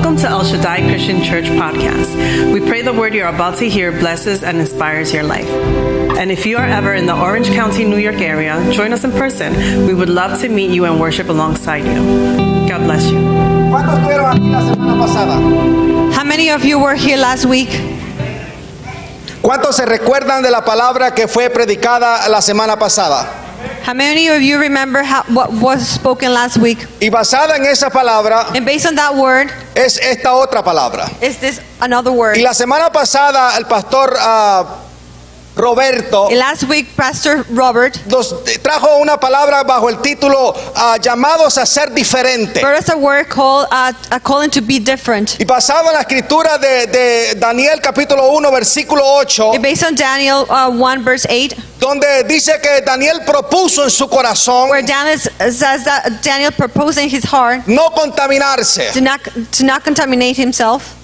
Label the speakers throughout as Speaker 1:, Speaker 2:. Speaker 1: Shaddai Christian Church podcast. We pray the word you're about to hear blesses and inspires your life. And if you are ever in the Orange County, New York area, join us in person. We would love to meet you and worship alongside you. God bless you.
Speaker 2: ¿Cuántos estuvieron aquí la semana pasada?
Speaker 3: How many of you were here last week?
Speaker 2: ¿Cuántos se recuerdan de la palabra que fue predicada la semana pasada?
Speaker 3: How many of you remember how, what was spoken last week?
Speaker 2: Y basada en esa palabra
Speaker 3: And based on that word,
Speaker 2: es esta otra palabra.
Speaker 3: is this another word?
Speaker 2: Y la semana pasada el pastor ah, Roberto
Speaker 3: And last week, Pastor Robert
Speaker 2: nos trajo una palabra bajo el título ah, llamados a ser diferente.
Speaker 3: brought us a word called uh, a calling to be different.
Speaker 2: Y basado en la escritura de, de Daniel capítulo 1 versículo 8,
Speaker 3: And based on Daniel uh, 1, verse 8,
Speaker 2: donde dice que Daniel propuso en su corazón
Speaker 3: where Daniel says that Daniel proposed in his heart
Speaker 2: no contaminarse.
Speaker 3: to not, to not contaminate himself.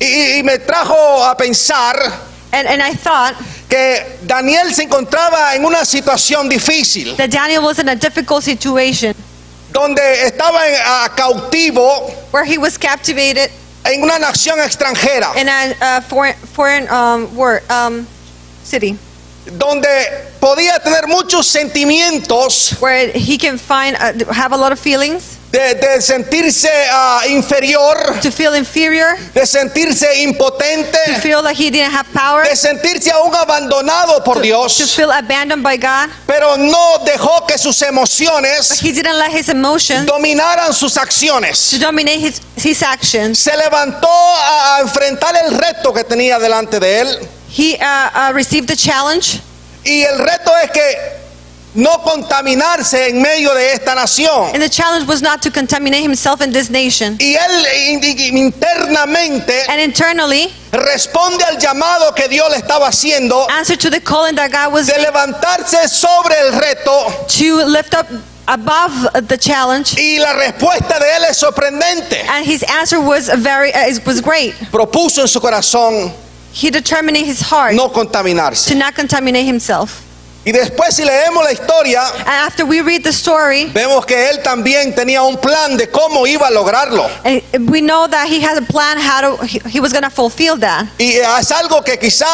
Speaker 2: Y, y me trajo a pensar
Speaker 3: And, and I thought
Speaker 2: que Daniel se encontraba en una situación difícil,
Speaker 3: that Daniel was in a difficult situation
Speaker 2: donde estaba en- ah, cautivo
Speaker 3: where he was captivated
Speaker 2: en una nación extranjera,
Speaker 3: in a uh, foreign, foreign um, word, um, city.
Speaker 2: donde podía tener muchos sentimientos
Speaker 3: where he can find uh, have a lot of feelings
Speaker 2: de, de sentirse ah, inferior,
Speaker 3: to feel inferior
Speaker 2: de sentirse
Speaker 3: to
Speaker 2: impotente,
Speaker 3: feel like he didn't have power
Speaker 2: de sentirse aún abandonado por
Speaker 3: to
Speaker 2: Dios,
Speaker 3: feel abandoned by god
Speaker 2: pero no dejó que sus emociones
Speaker 3: he didn't let his emotions
Speaker 2: dominaran sus
Speaker 3: to
Speaker 2: acciones.
Speaker 3: dominate his, his actions
Speaker 2: Se levantó a a enfrentar el reto que tenía delante de él.
Speaker 3: he uh, uh, received the challenge
Speaker 2: Y el reto es que no contaminarse en medio de esta nación.
Speaker 3: and the challenge was not to contaminate himself in this nation
Speaker 2: Y él in- in- internamente
Speaker 3: and internally
Speaker 2: responde al llamado que Dios le estaba haciendo
Speaker 3: answer to the calling that god was
Speaker 2: de levantarse sobre el reto.
Speaker 3: to lift up above the challenge
Speaker 2: Y la respuesta de él es sorprendente.
Speaker 3: and his answer was a very uh, it was great
Speaker 2: Propuso en su corazón
Speaker 3: he determined in his heart
Speaker 2: no
Speaker 3: to
Speaker 2: contaminarse.
Speaker 3: not contaminate himself
Speaker 2: Y después si leemos la historia,
Speaker 3: and after we read the story
Speaker 2: vemos que él también tenía un plan de cómo iba a lograrlo.
Speaker 3: And we know that he had a plan how to, he, he was going to fulfill that.
Speaker 2: Y es algo que quizá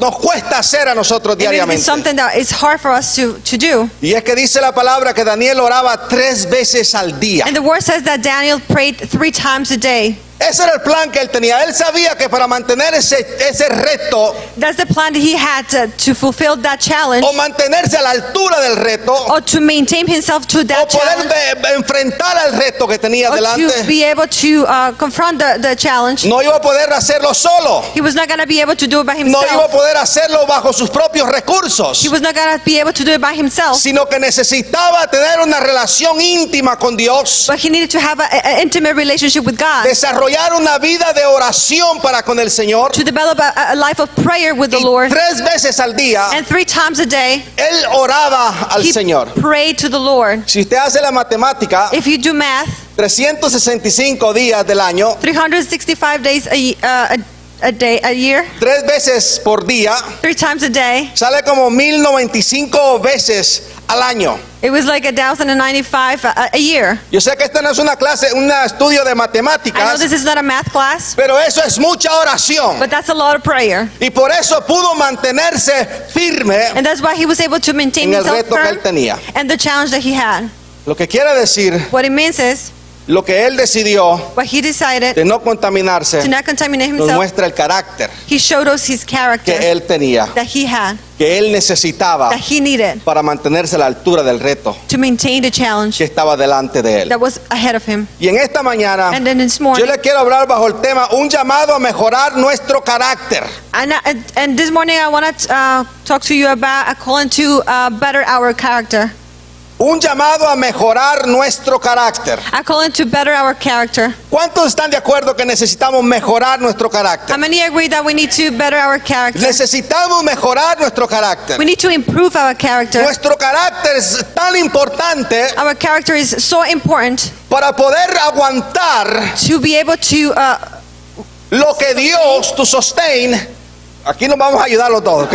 Speaker 2: nos cuesta hacer a nosotros
Speaker 3: And it is
Speaker 2: diariamente.
Speaker 3: something that is hard for us to, to do.
Speaker 2: Y es que dice la palabra que Daniel oraba tres veces al día.
Speaker 3: And the word says that Daniel prayed three times a day.
Speaker 2: Ese era el plan que él tenía. Él sabía que para mantener ese, ese reto
Speaker 3: That's the plan that he had to, to fulfill that challenge
Speaker 2: o mantenerse a la altura del reto o
Speaker 3: or to maintain himself to that
Speaker 2: poder
Speaker 3: challenge
Speaker 2: Oh, de- enfrentar al reto que tenía
Speaker 3: or to
Speaker 2: delante,
Speaker 3: be able to uh, confront the, the challenge.
Speaker 2: no iba a poder hacerlo solo.
Speaker 3: He was not going to be able to do it by
Speaker 2: No iba a
Speaker 3: himself.
Speaker 2: poder hacerlo bajo sus propios recursos,
Speaker 3: He was not going to be able to do it by himself.
Speaker 2: sino que necesitaba tener una relación íntima con Dios,
Speaker 3: But he needed to have an intimate relationship with God,
Speaker 2: desarrollar una vida de oración para con el Señor.
Speaker 3: to develop a, a life of prayer with the
Speaker 2: Y
Speaker 3: Lord.
Speaker 2: tres veces al día
Speaker 3: And three times a day,
Speaker 2: él oraba al
Speaker 3: he
Speaker 2: Señor.
Speaker 3: prayed to the Lord.
Speaker 2: Si usted hace la matemática,
Speaker 3: If you do math,
Speaker 2: 365 días del año,
Speaker 3: 365 days a, ye- uh, a, a day, a year,
Speaker 2: tres veces por día,
Speaker 3: three times a day,
Speaker 2: sale como 1095 veces al año.
Speaker 3: it was like 1,095 uh, a, a year.
Speaker 2: Yo sé que esta no es una clase, un estudio de
Speaker 3: I know
Speaker 2: matemáticas,
Speaker 3: this is not a math class,
Speaker 2: pero eso es mucha oración.
Speaker 3: but that's a lot of prayer.
Speaker 2: Y por eso pudo mantenerse firme
Speaker 3: And that's why he was able to maintain
Speaker 2: en el
Speaker 3: himself
Speaker 2: reto que él
Speaker 3: firm
Speaker 2: tenía.
Speaker 3: and the challenge that he had.
Speaker 2: Lo que quiere decir,
Speaker 3: What it means is,
Speaker 2: lo que él decidió
Speaker 3: what he
Speaker 2: de
Speaker 3: decided
Speaker 2: no
Speaker 3: to
Speaker 2: contaminarse,
Speaker 3: not contaminate
Speaker 2: nos
Speaker 3: himself,
Speaker 2: muestra el carácter
Speaker 3: he showed us his
Speaker 2: que
Speaker 3: character
Speaker 2: él tenía.
Speaker 3: that he had,
Speaker 2: que él necesitaba
Speaker 3: that he needed
Speaker 2: para mantenerse a la altura del reto
Speaker 3: to maintain the challenge
Speaker 2: que estaba delante de él.
Speaker 3: that was ahead of him.
Speaker 2: Y en esta mañana
Speaker 3: And then this
Speaker 2: yo
Speaker 3: morning,
Speaker 2: le quiero hablar bajo el tema un llamado a mejorar nuestro carácter.
Speaker 3: And, I- and this morning I want to uh, talk to you about a calling to uh, better our character.
Speaker 2: Un llamado a mejorar nuestro carácter.
Speaker 3: A calling to better our character.
Speaker 2: ¿Cuántos están de acuerdo que necesitamos mejorar nuestro
Speaker 3: How
Speaker 2: carácter?
Speaker 3: many agree that we need to better our character?
Speaker 2: Necesitamos mejorar nuestro carácter.
Speaker 3: We need to improve our character.
Speaker 2: Nuestro carácter es tan importante
Speaker 3: Our character is so important
Speaker 2: para poder aguantar
Speaker 3: to be able to uh,
Speaker 2: lo que Dios, tu sustain. Aquí nos vamos a ayudar los dos, ¿ok?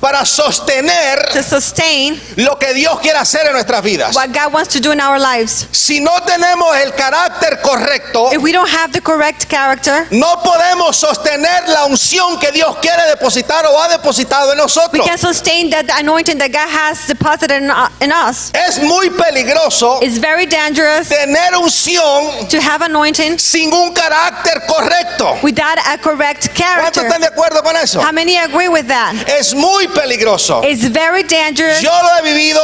Speaker 2: para sostener
Speaker 3: to sustain
Speaker 2: lo que Dios quiere hacer en nuestras vidas.
Speaker 3: what God wants to do in our lives.
Speaker 2: Si no tenemos el carácter correcto,
Speaker 3: If we don't have the correct character,
Speaker 2: no podemos sostener la unción que Dios quiere depositar o ha depositado en
Speaker 3: we
Speaker 2: nosotros.
Speaker 3: can sustain that the anointing that God has deposited in, uh, in us.
Speaker 2: Es muy peligroso
Speaker 3: It's very dangerous
Speaker 2: tener unción
Speaker 3: to have anointing
Speaker 2: sin un carácter correcto.
Speaker 3: without a correct
Speaker 2: ¿Cuántos
Speaker 3: character.
Speaker 2: están de acuerdo con eso?
Speaker 3: How many agree with that?
Speaker 2: Es muy peligroso.
Speaker 3: It's very dangerous.
Speaker 2: Yo lo he vivido,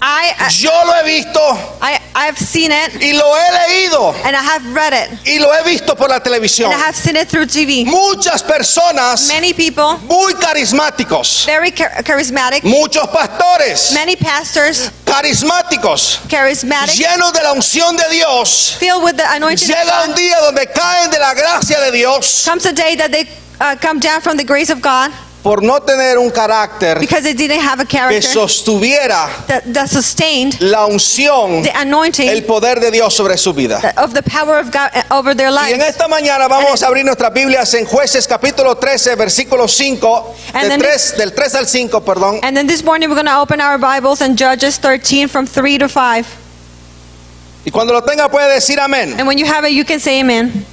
Speaker 3: I,
Speaker 2: yo lo he visto
Speaker 3: I, I've seen it
Speaker 2: y lo he leído
Speaker 3: and I have read it
Speaker 2: y lo he visto por la televisión.
Speaker 3: and I have seen it through TV.
Speaker 2: Muchas personas
Speaker 3: Many people,
Speaker 2: muy carismáticos,
Speaker 3: very char- charismatic.
Speaker 2: muchos pastores
Speaker 3: Many pastors,
Speaker 2: carismáticos,
Speaker 3: charismatic,
Speaker 2: llenos de la unción de Dios.
Speaker 3: filled with the anointing of
Speaker 2: Llega un
Speaker 3: God.
Speaker 2: día donde caen de la gracia de Dios
Speaker 3: Comes a day that they uh, come down from the grace of God
Speaker 2: por no tener un carácter
Speaker 3: because they didn't have a
Speaker 2: que
Speaker 3: character
Speaker 2: sostuviera
Speaker 3: that, that sustained
Speaker 2: la unción,
Speaker 3: the
Speaker 2: el
Speaker 3: anointing
Speaker 2: poder de Dios sobre su vida.
Speaker 3: of the power of God uh, over their
Speaker 2: Y en
Speaker 3: lives.
Speaker 2: esta mañana vamos a abrir nuestras Biblias en Jueces capítulo 13, versículo 5,
Speaker 3: And
Speaker 2: del
Speaker 3: then-
Speaker 2: 3, del 3 al 5, perdón.
Speaker 3: And then this morning we're going to open our Bibles in Judges 13 from 3 to 5.
Speaker 2: Y cuando lo tenga puede decir amén.
Speaker 3: And when you have it, you can say amen.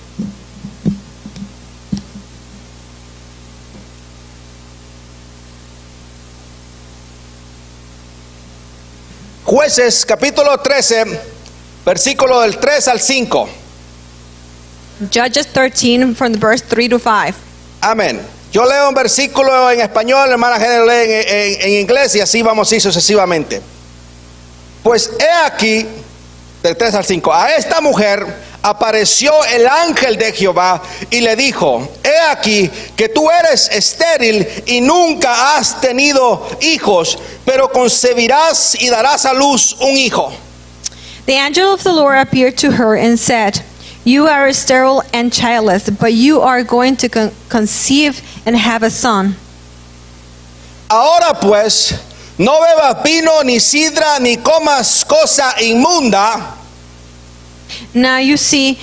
Speaker 2: Jueces capítulo 13, versículo del 3 al 5.
Speaker 3: Judges 13 from the verse 3 to 5.
Speaker 2: Amén. Yo leo un versículo en español, hermana Jenny lo lee en, en- en inglés y así vamos a ir sucesivamente. Pues he aquí, del 3 al 5, a esta mujer apareció el ángel de Jehová y le dijo, he aquí que tú eres estéril y nunca has tenido hijos, pero concebirás y darás a luz un hijo.
Speaker 3: The angel of the Lord appeared to her and said, You are sterile and childless, but you are going to con- conceive and have a son.
Speaker 2: Ahora pues, no bebas vino ni sidra ni comas cosa inmunda.
Speaker 3: Now you see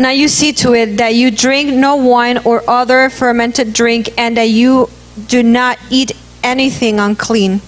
Speaker 3: now you see to it that you drink no wine or other fermented drink and that you do not eat anything unclean.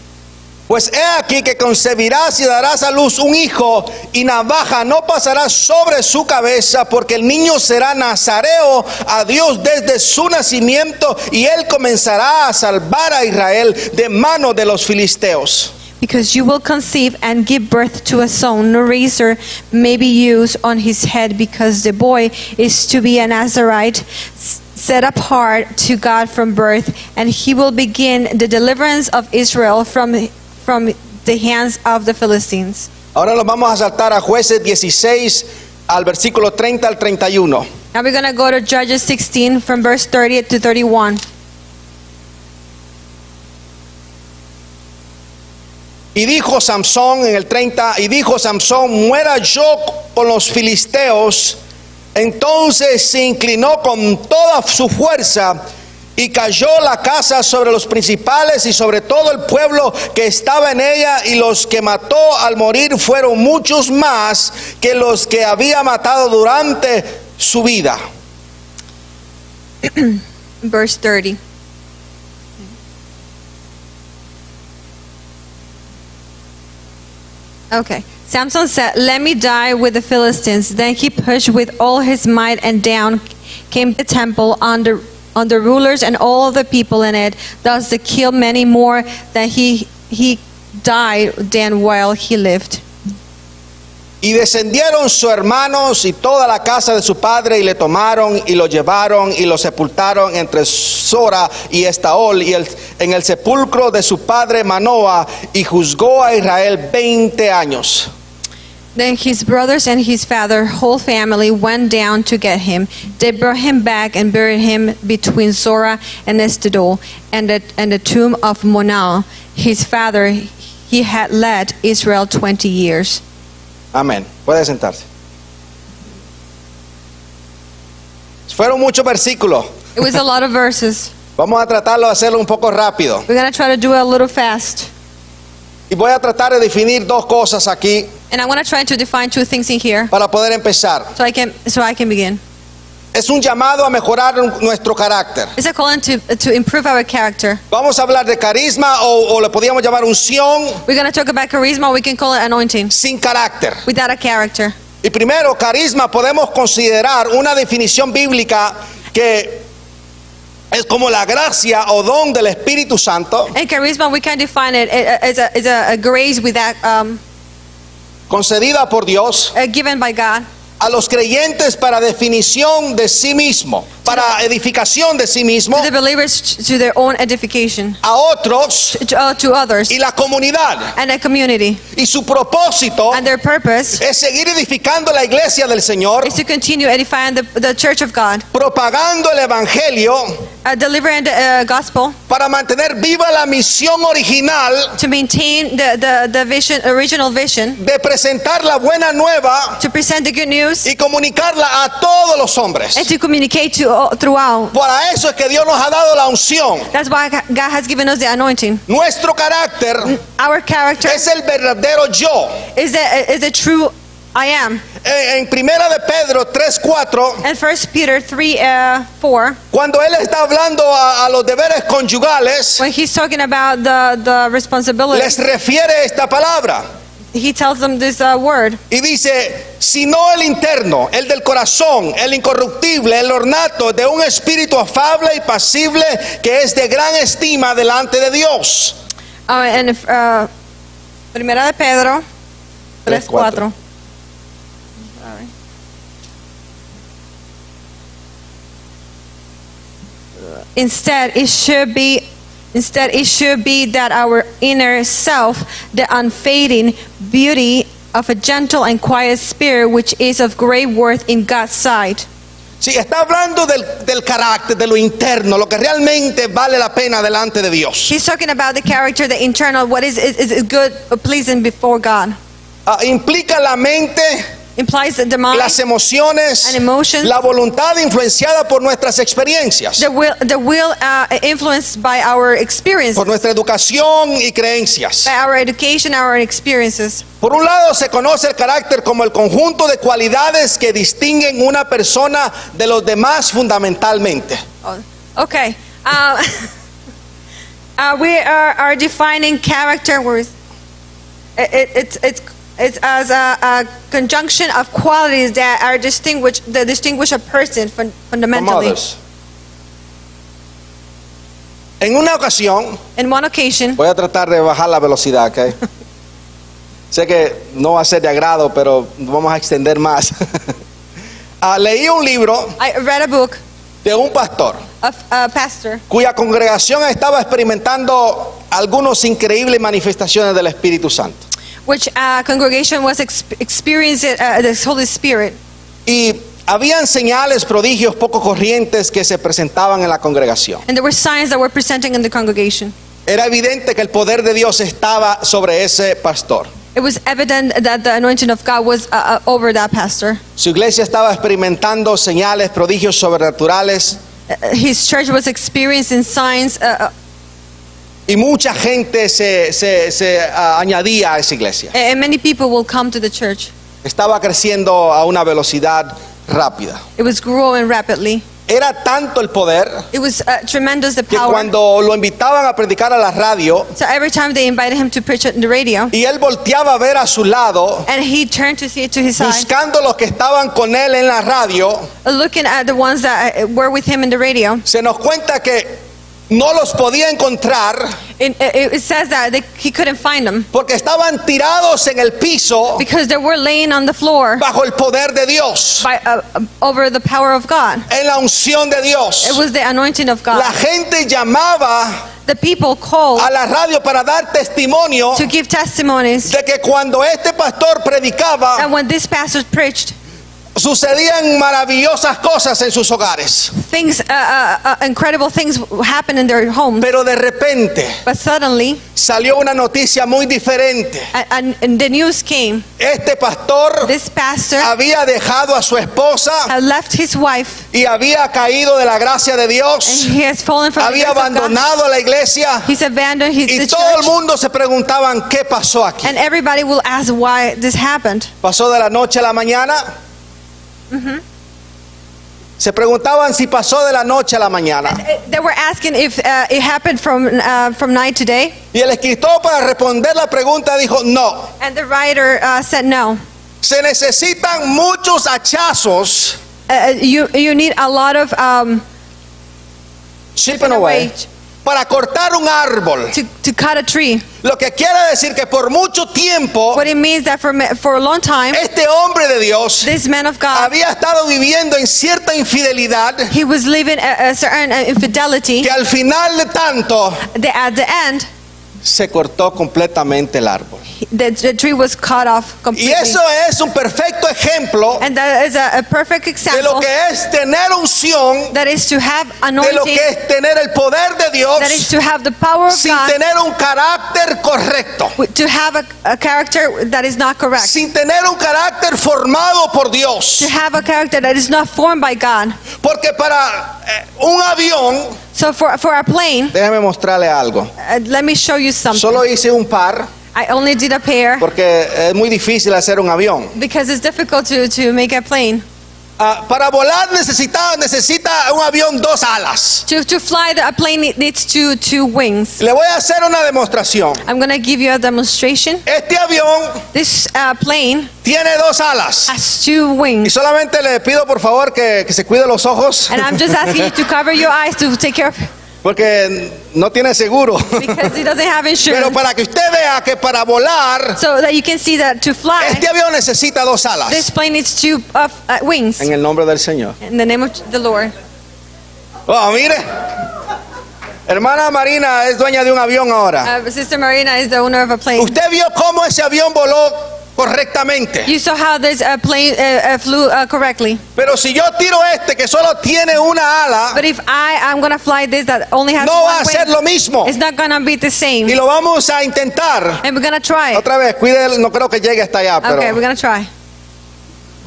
Speaker 2: Pues he aquí que concebirás y darás a luz un hijo, y navaja no pasará sobre su cabeza, porque el niño será nazareo a Dios desde su nacimiento, y él comenzará a salvar a Israel de mano de los filisteos.
Speaker 3: Because you will conceive and give birth to a son, no razor may be used on his head, because the boy is to be an Nazarite, s- set apart to God from birth, and he will begin the deliverance of Israel from, from the hands of the Philistines.
Speaker 2: Ahora nos vamos a saltar a jueces 16 al versículo 30 al 31.
Speaker 3: Now we're going to go to Judges 16 from verse 30 to 31.
Speaker 2: Y dijo Samson en el 30, y dijo Samson, muera yo con los filisteos. Entonces se inclinó con toda su fuerza y cayó la casa sobre los principales y sobre todo el pueblo que estaba en ella y los que mató al morir fueron muchos más que los que había matado durante su vida.
Speaker 3: verse 30. Okay. Samson said, Let me die with the Philistines. Then he pushed with all his might, and down came the temple on the, on the rulers and all the people in it. Thus they killed many more than he, he died than while he lived.
Speaker 2: Y descendieron sus hermanos y toda la casa de su padre y le tomaron y lo llevaron y lo sepultaron entre Sora y Estaol y el- en el sepulcro de su padre Manoa y juzgó a Israel 20 años.
Speaker 3: Then his brothers and his father, whole family, went down to get him. They brought him back and buried him between Zorah and Estidol and the, and the tomb of Monal, his father. He had led Israel 20 years.
Speaker 2: Amén. Puede sentarse. Fueron muchos versículos.
Speaker 3: It was a lot of verses.
Speaker 2: Vamos a tratarlo de hacerlo un poco rápido.
Speaker 3: We're going to try to do it a little fast.
Speaker 2: Y voy a tratar de definir dos cosas aquí
Speaker 3: And I want to try to define two things in here
Speaker 2: para poder empezar.
Speaker 3: so I can, so I can begin.
Speaker 2: es un llamado a mejorar un- nuestro carácter.
Speaker 3: It's a calling to, to improve our character.
Speaker 2: Vamos a hablar de carisma o, o le podríamos llamar unción
Speaker 3: We're going to talk about charisma, we can call it anointing,
Speaker 2: sin carácter.
Speaker 3: without a character.
Speaker 2: Y primero, carisma podemos considerar una definición bíblica que es como la gracia o don del Espíritu Santo
Speaker 3: And charisma, we can define it as a, as a, a grace without, um,
Speaker 2: concedida por Dios
Speaker 3: uh, given by God
Speaker 2: a los creyentes para definición de sí mismo, para edificación de sí mismo,
Speaker 3: to the believers t- to their own edification,
Speaker 2: a otros
Speaker 3: to, uh, to others,
Speaker 2: y la comunidad.
Speaker 3: and a community.
Speaker 2: Y su propósito
Speaker 3: And their purpose
Speaker 2: es seguir edificando la iglesia del Señor,
Speaker 3: is to continue edifying the, the church of God,
Speaker 2: propagando el Evangelio
Speaker 3: uh, delivering the uh, gospel,
Speaker 2: para mantener viva la misión original
Speaker 3: to maintain the, the, the vision, original vision,
Speaker 2: de presentar la buena nueva
Speaker 3: to present the good news,
Speaker 2: y comunicarla a todos los hombres.
Speaker 3: and to communicate to all, throughout.
Speaker 2: Para eso es que Dios nos ha dado la unción.
Speaker 3: That's why God has given us the anointing.
Speaker 2: Nuestro carácter
Speaker 3: Our character
Speaker 2: es el verdadero yo.
Speaker 3: is the, is the true I am.
Speaker 2: Eh, En primera de Pedro 3:4,
Speaker 3: And First Peter 3 uh, 4,
Speaker 2: cuando él está hablando a, a los deberes conyugales,
Speaker 3: when he's talking about the, the responsibility,
Speaker 2: les refiere esta palabra
Speaker 3: he tells them this uh, word.
Speaker 2: y dice, sino el interno, el del corazón, el incorruptible, el ornato de un espíritu afable y pasible que es de gran estima delante de Dios.
Speaker 3: Uh, and if, uh, Primera de Pedro 3
Speaker 2: Tres, cuatro.
Speaker 3: 4. Sorry. Instead, it should be instead it should be that our inner self, the unfading beauty of a gentle and quiet spirit, which is of great worth in God's sight.
Speaker 2: Sí, está hablando del, del carácter, de lo interno, lo que realmente vale la pena delante de Dios.
Speaker 3: He's talking about the character, the internal, what is is, is good, pleasing before God.
Speaker 2: Ah, implica la mente,
Speaker 3: Implies that the mind.
Speaker 2: las emociones,
Speaker 3: And emotions.
Speaker 2: la voluntad influenciada por nuestras experiencias,
Speaker 3: The will, the will uh, influenced by our experience,
Speaker 2: por nuestra educación y creencias.
Speaker 3: by our education, our experiences.
Speaker 2: Por un lado, se conoce el carácter como el conjunto de cualidades que distinguen una persona de los demás fundamentalmente.
Speaker 3: Oh, Okay. Uh, uh, we are, are defining character. Where is, it, it, it's, it's, it's as a, a conjunction of qualities that are distinguish that distinguish a person fun,
Speaker 2: From
Speaker 3: fundamentally.
Speaker 2: others. En una ocasión,
Speaker 3: In one occasion,
Speaker 2: Voy a tratar de bajar la velocidad, ¿ok? sé que no va a ser de agrado, pero vamos a extender más. Ah, leí un libro
Speaker 3: I read a book
Speaker 2: de un pastor
Speaker 3: of a pastor
Speaker 2: cuya congregación estaba experimentando algunas increíbles manifestaciones del Espíritu Santo.
Speaker 3: which uh, congregation was exp- experiencing uh, the Holy Spirit.
Speaker 2: Y habían señales, prodigios poco corrientes que se presentaban en la congregación.
Speaker 3: And there were signs that were presenting in the congregation.
Speaker 2: Era evidente que el poder de Dios estaba sobre ese pastor.
Speaker 3: It was evident that the anointing of God was uh, uh, over that pastor.
Speaker 2: Su iglesia estaba experimentando señales, prodigios sobrenaturales
Speaker 3: Uh, his church was experiencing signs, uh, uh,
Speaker 2: Y mucha gente se, se- se, ah, añadía a esa iglesia.
Speaker 3: and many people will come to the church.
Speaker 2: Estaba creciendo a una velocidad rápida.
Speaker 3: It was growing rapidly.
Speaker 2: Era tanto el poder
Speaker 3: It was uh, tremendous the
Speaker 2: que
Speaker 3: power.
Speaker 2: cuando lo invitaban a predicar a la radio
Speaker 3: So every time they invited him to preach on the radio,
Speaker 2: y él volteaba a ver a su lado,
Speaker 3: and he turned to see to his side, uh,
Speaker 2: buscando los que estaban con él en la radio,
Speaker 3: looking at the ones that uh, were with him in the radio.
Speaker 2: se nos cuenta que no los podía encontrar
Speaker 3: It, uh, it, it says that they, he couldn't find them
Speaker 2: porque estaban tirados en el piso
Speaker 3: because they were laying on the floor
Speaker 2: bajo el poder de Dios,
Speaker 3: by, uh, uh, over the power of God.
Speaker 2: en la unción de Dios.
Speaker 3: It was the anointing of God.
Speaker 2: La gente llamaba
Speaker 3: The people called
Speaker 2: a la radio para dar testimonio
Speaker 3: to give testimonies.
Speaker 2: de que cuando este pastor predicaba
Speaker 3: And when this pastor preached,
Speaker 2: sucedían maravillosas cosas en sus hogares.
Speaker 3: things, uh, uh, uh, incredible things happened in their homes.
Speaker 2: Pero de repente
Speaker 3: But suddenly,
Speaker 2: salió una noticia muy diferente.
Speaker 3: a- and, and the news came.
Speaker 2: Este pastor
Speaker 3: This pastor
Speaker 2: había dejado a su esposa
Speaker 3: had left his wife,
Speaker 2: y había caído de la gracia de
Speaker 3: and
Speaker 2: Dios.
Speaker 3: he has fallen from the
Speaker 2: Había
Speaker 3: grace of God.
Speaker 2: abandonado a la iglesia
Speaker 3: He's abandoned his
Speaker 2: y
Speaker 3: the
Speaker 2: todo el
Speaker 3: church.
Speaker 2: mundo se preguntaban qué pasó aquí.
Speaker 3: And everybody will ask why this happened.
Speaker 2: Pasó de la noche a la mañana. Se preguntaban si pasó de la noche a la mañana.
Speaker 3: Eh, They were asking if uh, it happened from, uh, from night to day,
Speaker 2: Y el escritor para responder la pregunta dijo, no,
Speaker 3: and the writer uh, said no.
Speaker 2: se necesitan muchos hachazos.
Speaker 3: Uh, you, you need a lot of um,
Speaker 2: Chip and away. Para cortar un árbol.
Speaker 3: to, to cut a tree.
Speaker 2: Lo que quiere decir que por mucho tiempo
Speaker 3: What it means that for, me- for a long time,
Speaker 2: este hombre de Dios
Speaker 3: this man of God,
Speaker 2: había estado viviendo en cierta infidelidad
Speaker 3: he was living a, a certain uh, infidelity
Speaker 2: que al final de tanto
Speaker 3: that at the end,
Speaker 2: se cortó completamente el árbol.
Speaker 3: he- the, the tree was cut off
Speaker 2: Y
Speaker 3: completely.
Speaker 2: eso es un perfecto ejemplo
Speaker 3: and that is a, a perfect
Speaker 2: de lo
Speaker 3: example
Speaker 2: que es tener unción,
Speaker 3: that is to have
Speaker 2: de lo
Speaker 3: anointing,
Speaker 2: que es tener el poder de Dios
Speaker 3: that is to have the power of
Speaker 2: sin
Speaker 3: God,
Speaker 2: tener un carácter correcto,
Speaker 3: wi- to have a, a character that is not correct.
Speaker 2: sin tener un carácter formado por
Speaker 3: to
Speaker 2: Dios.
Speaker 3: have a character that is not formed by God.
Speaker 2: Porque para eh, un avión,
Speaker 3: So for, for a plane,
Speaker 2: déjame mostrarle algo.
Speaker 3: uh, let me show you something.
Speaker 2: Solo hice un par
Speaker 3: I only did a pair
Speaker 2: porque es muy difícil hacer un avión.
Speaker 3: because it's difficult to, to make a plane.
Speaker 2: Ah, para volar necesita, necesita un avión dos alas.
Speaker 3: To, to fly the, a plane, it needs two, two wings.
Speaker 2: Le voy a hacer una demostración.
Speaker 3: I'm going to give you a demonstration.
Speaker 2: Este avión
Speaker 3: This uh, plane
Speaker 2: tiene dos alas.
Speaker 3: has two
Speaker 2: Y
Speaker 3: wings.
Speaker 2: solamente le pido por favor que, que se cuide los ojos
Speaker 3: And I'm just asking you to cover your eyes to take care of
Speaker 2: porque no tiene seguro.
Speaker 3: because it doesn't have
Speaker 2: Pero
Speaker 3: insurance.
Speaker 2: para que usted vea que para volar
Speaker 3: So that you can see that to fly,
Speaker 2: este avión necesita dos
Speaker 3: this
Speaker 2: alas.
Speaker 3: plane needs two uh, uh, wings.
Speaker 2: En el nombre del Señor.
Speaker 3: In the name of the Lord.
Speaker 2: Oh, mire. Hermana Marina es dueña de un avión ahora.
Speaker 3: Uh, Sister Marina is the owner of a plane.
Speaker 2: Usted vio cómo ese avión voló correctamente.
Speaker 3: You saw how this uh, plane uh, uh, flew uh, correctly.
Speaker 2: Pero si yo tiro este que solo tiene una ala,
Speaker 3: But if I am gonna fly this that only has
Speaker 2: no va a
Speaker 3: one
Speaker 2: ser
Speaker 3: wing,
Speaker 2: lo mismo.
Speaker 3: it's not gonna be the same.
Speaker 2: Y lo vamos a intentar.
Speaker 3: And we're gonna try. it.
Speaker 2: Otra vez, cuide, no creo que llegue hasta allá,
Speaker 3: Okay, we're
Speaker 2: pero
Speaker 3: gonna try.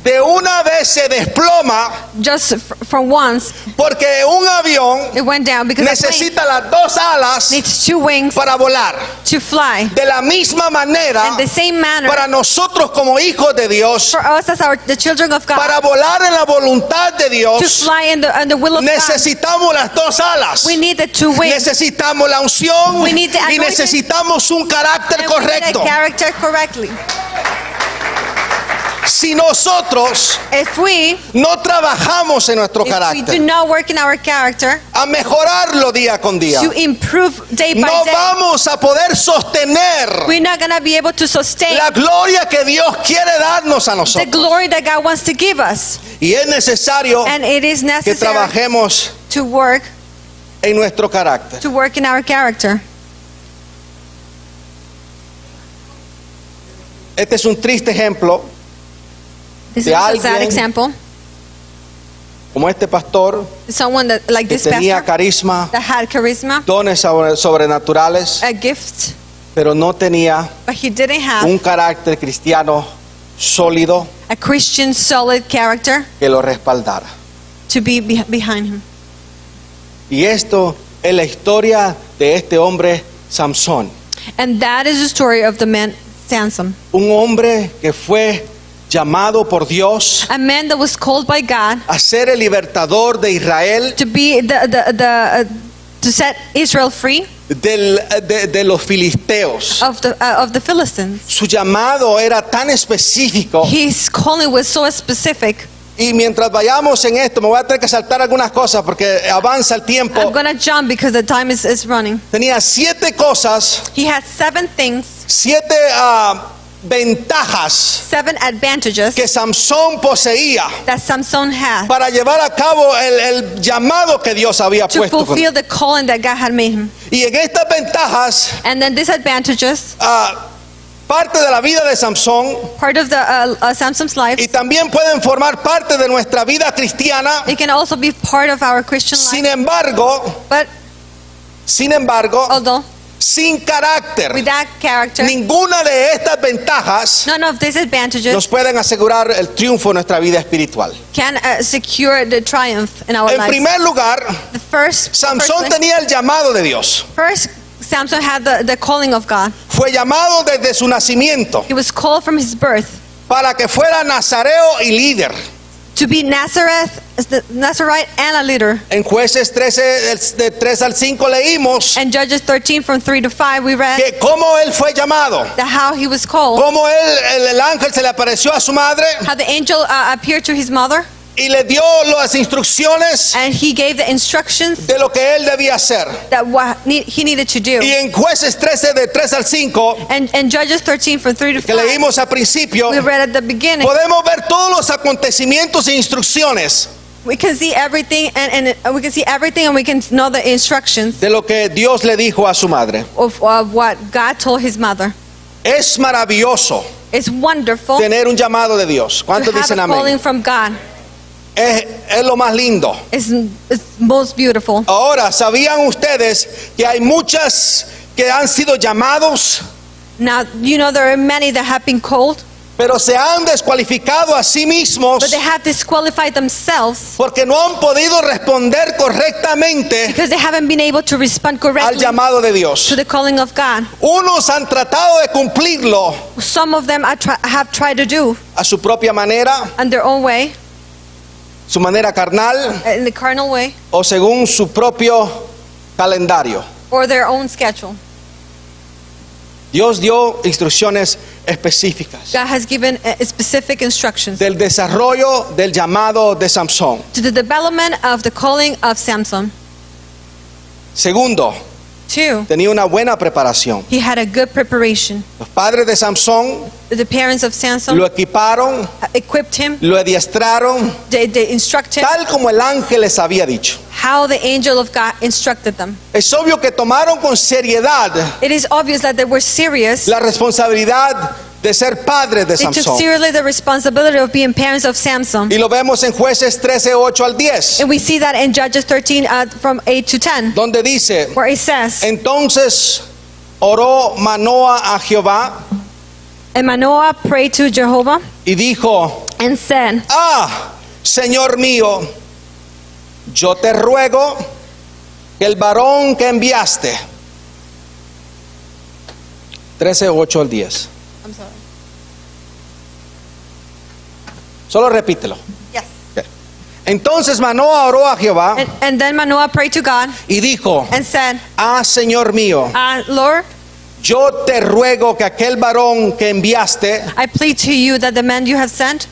Speaker 2: de una vez se desploma
Speaker 3: Just f- for once,
Speaker 2: Porque un avión
Speaker 3: it went down because a plane
Speaker 2: necesita las dos alas
Speaker 3: needs two wings
Speaker 2: para volar.
Speaker 3: to fly.
Speaker 2: De la misma manera,
Speaker 3: In the same manner,
Speaker 2: para nosotros como hijos de Dios,
Speaker 3: for us as our, the children of God,
Speaker 2: para volar en la voluntad de
Speaker 3: to
Speaker 2: Dios,
Speaker 3: fly in the, in the will of God,
Speaker 2: necesitamos las dos alas.
Speaker 3: we need the two wings.
Speaker 2: Necesitamos la unción
Speaker 3: We need the
Speaker 2: y
Speaker 3: anointing.
Speaker 2: necesitamos un carácter
Speaker 3: And we need the
Speaker 2: correcto.
Speaker 3: character correctly.
Speaker 2: Si nosotros
Speaker 3: If we,
Speaker 2: no trabajamos en nuestro
Speaker 3: if we do
Speaker 2: carácter,
Speaker 3: not work in our character
Speaker 2: a mejorarlo día con día,
Speaker 3: to improve day by
Speaker 2: no
Speaker 3: day,
Speaker 2: vamos a poder sostener
Speaker 3: we're not going to be able to sustain
Speaker 2: la gloria que Dios quiere darnos a
Speaker 3: the
Speaker 2: nosotros.
Speaker 3: glory that God wants to give us.
Speaker 2: Y es necesario
Speaker 3: And it is
Speaker 2: que
Speaker 3: necessary
Speaker 2: trabajemos
Speaker 3: to work
Speaker 2: en nuestro carácter.
Speaker 3: to work in our character.
Speaker 2: Este es un triste ejemplo,
Speaker 3: This
Speaker 2: De
Speaker 3: is a sad
Speaker 2: alguien-
Speaker 3: example.
Speaker 2: como este pastor
Speaker 3: Someone that like
Speaker 2: que
Speaker 3: this
Speaker 2: tenía
Speaker 3: pastor
Speaker 2: carisma,
Speaker 3: that had charisma,
Speaker 2: dones sobre- sobrenaturales,
Speaker 3: a gift,
Speaker 2: pero no tenía
Speaker 3: but he didn't
Speaker 2: un
Speaker 3: have
Speaker 2: carácter cristiano sólido
Speaker 3: a Christian solid character
Speaker 2: que lo respaldara.
Speaker 3: to be, beh- behind him.
Speaker 2: Y esto es la historia de este hombre, Samson,
Speaker 3: And that is the story of the man Samson,
Speaker 2: un hombre que fue llamado por Dios
Speaker 3: a man that was called by God
Speaker 2: a ser el libertador de Israel
Speaker 3: to be the the, the uh, to set Israel free
Speaker 2: del- de, de los filisteos.
Speaker 3: of the uh, of the Philistines.
Speaker 2: Su llamado era tan específico.
Speaker 3: His calling was so specific.
Speaker 2: Y mientras vayamos en esto, me voy a tener que saltar algunas cosas porque avanza el tiempo.
Speaker 3: I'm gonna jump because the time is, is running.
Speaker 2: Tenía siete cosas,
Speaker 3: He had seven things,
Speaker 2: siete ah, ventajas
Speaker 3: seven advantages
Speaker 2: que Samson poseía
Speaker 3: that Samson had
Speaker 2: para llevar a cabo el, el llamado que Dios había
Speaker 3: to
Speaker 2: puesto. con-
Speaker 3: fulfill the calling that God had made him.
Speaker 2: Y en estas ventajas,
Speaker 3: And then these advantages,
Speaker 2: ah, parte de la vida de Samson
Speaker 3: part of the uh, uh, Samson's life,
Speaker 2: y también pueden formar parte de nuestra vida cristiana.
Speaker 3: it can also be part of our Christian
Speaker 2: Sin
Speaker 3: life.
Speaker 2: embargo,
Speaker 3: But
Speaker 2: sin embargo,
Speaker 3: although
Speaker 2: sin carácter,
Speaker 3: without character,
Speaker 2: ninguna de estas ventajas
Speaker 3: none of these
Speaker 2: nos
Speaker 3: advantages
Speaker 2: pueden asegurar el triunfo en nuestra vida espiritual.
Speaker 3: can uh, secure the triumph in our
Speaker 2: En
Speaker 3: lives.
Speaker 2: primer lugar,
Speaker 3: The first,
Speaker 2: Samson
Speaker 3: first,
Speaker 2: tenía el llamado de Dios.
Speaker 3: first Samson had the, the calling of God.
Speaker 2: Fue llamado desde su nacimiento
Speaker 3: He was called from his birth.
Speaker 2: para que fuera nazareo y líder.
Speaker 3: to be Nazareth the Nazarite and a leader.
Speaker 2: En jueces 13, el- de 3 al 5 leímos
Speaker 3: And Judges 13 from 3 to 5 we read
Speaker 2: que cómo él fue llamado,
Speaker 3: that how he was called,
Speaker 2: cómo él, el, el ángel se le apareció a su madre
Speaker 3: how the angel uh, appeared to his mother
Speaker 2: y le dio las instrucciones
Speaker 3: and he gave the instructions
Speaker 2: de lo que él debía hacer.
Speaker 3: that what need, he needed to
Speaker 2: Y
Speaker 3: do.
Speaker 2: en jueces 13 de 3 al 5
Speaker 3: And and Judges 13 from 3 to
Speaker 2: que
Speaker 3: 5
Speaker 2: leímos al principio,
Speaker 3: we read at the beginning
Speaker 2: podemos ver todos los acontecimientos e instrucciones
Speaker 3: we can see everything and, and we can see everything and we can know the instructions
Speaker 2: de lo que Dios le dijo a su madre.
Speaker 3: of, of what God told his mother.
Speaker 2: Es maravilloso
Speaker 3: It's wonderful to
Speaker 2: tener un llamado de Dios. ¿Cuántos
Speaker 3: have a
Speaker 2: dicen
Speaker 3: calling
Speaker 2: amén?
Speaker 3: from God.
Speaker 2: Es, es lo más lindo.
Speaker 3: It's, it's most beautiful.
Speaker 2: Ahora, ¿sabían ustedes que hay muchas que han sido llamados,
Speaker 3: Now, you know, there are many that have been called,
Speaker 2: pero se han descualificado a sí mismos
Speaker 3: but they have disqualified themselves
Speaker 2: porque no han podido responder correctamente
Speaker 3: because they haven't been able to respond
Speaker 2: al
Speaker 3: correctly
Speaker 2: llamado de
Speaker 3: to
Speaker 2: Dios?
Speaker 3: the calling of God.
Speaker 2: Unos han tratado de cumplirlo
Speaker 3: Some of them are try, have tried to do
Speaker 2: a su propia manera,
Speaker 3: in their own way,
Speaker 2: su manera carnal
Speaker 3: in the carnal way,
Speaker 2: o según su propio calendario.
Speaker 3: or their own schedule.
Speaker 2: Dios dio instrucciones específicas
Speaker 3: God has given uh, specific instructions
Speaker 2: del desarrollo del llamado de Samson.
Speaker 3: to the development of the calling of Samson.
Speaker 2: Segundo,
Speaker 3: Two,
Speaker 2: tenía una buena preparación.
Speaker 3: he had a good preparation.
Speaker 2: Los padres de Samson
Speaker 3: The parents of Samson
Speaker 2: lo equiparon,
Speaker 3: equipped him,
Speaker 2: lo adiestraron,
Speaker 3: they, they instructed
Speaker 2: tal como el ángel les había dicho.
Speaker 3: how the angel of God instructed them.
Speaker 2: Es obvio que tomaron con seriedad
Speaker 3: It is obvious that they were serious.
Speaker 2: la responsabilidad de ser padres de
Speaker 3: They took
Speaker 2: Samson.
Speaker 3: seriously the responsibility of being parents of Samson.
Speaker 2: Y lo vemos en jueces 13, 8 al 10,
Speaker 3: And we see that in Judges 13 uh, from 8 to 10,
Speaker 2: donde dice,
Speaker 3: where it says,
Speaker 2: Entonces oró Manoa a Jehová
Speaker 3: And Manoah prayed to Jehovah
Speaker 2: y dijo,
Speaker 3: and said,
Speaker 2: ah, Señor mío, yo te ruego que el varón que enviaste, 13, 8 al 10,
Speaker 3: I'm sorry.
Speaker 2: solo repítelo.
Speaker 3: Yes.
Speaker 2: Ok. Entonces Manoa oró a Jehová
Speaker 3: And, and then Manoah prayed to God
Speaker 2: y dijo,
Speaker 3: and said,
Speaker 2: ah, Señor mío,
Speaker 3: uh, Lord,
Speaker 2: yo te ruego que aquel varón que enviaste
Speaker 3: I plead to you that the man you have sent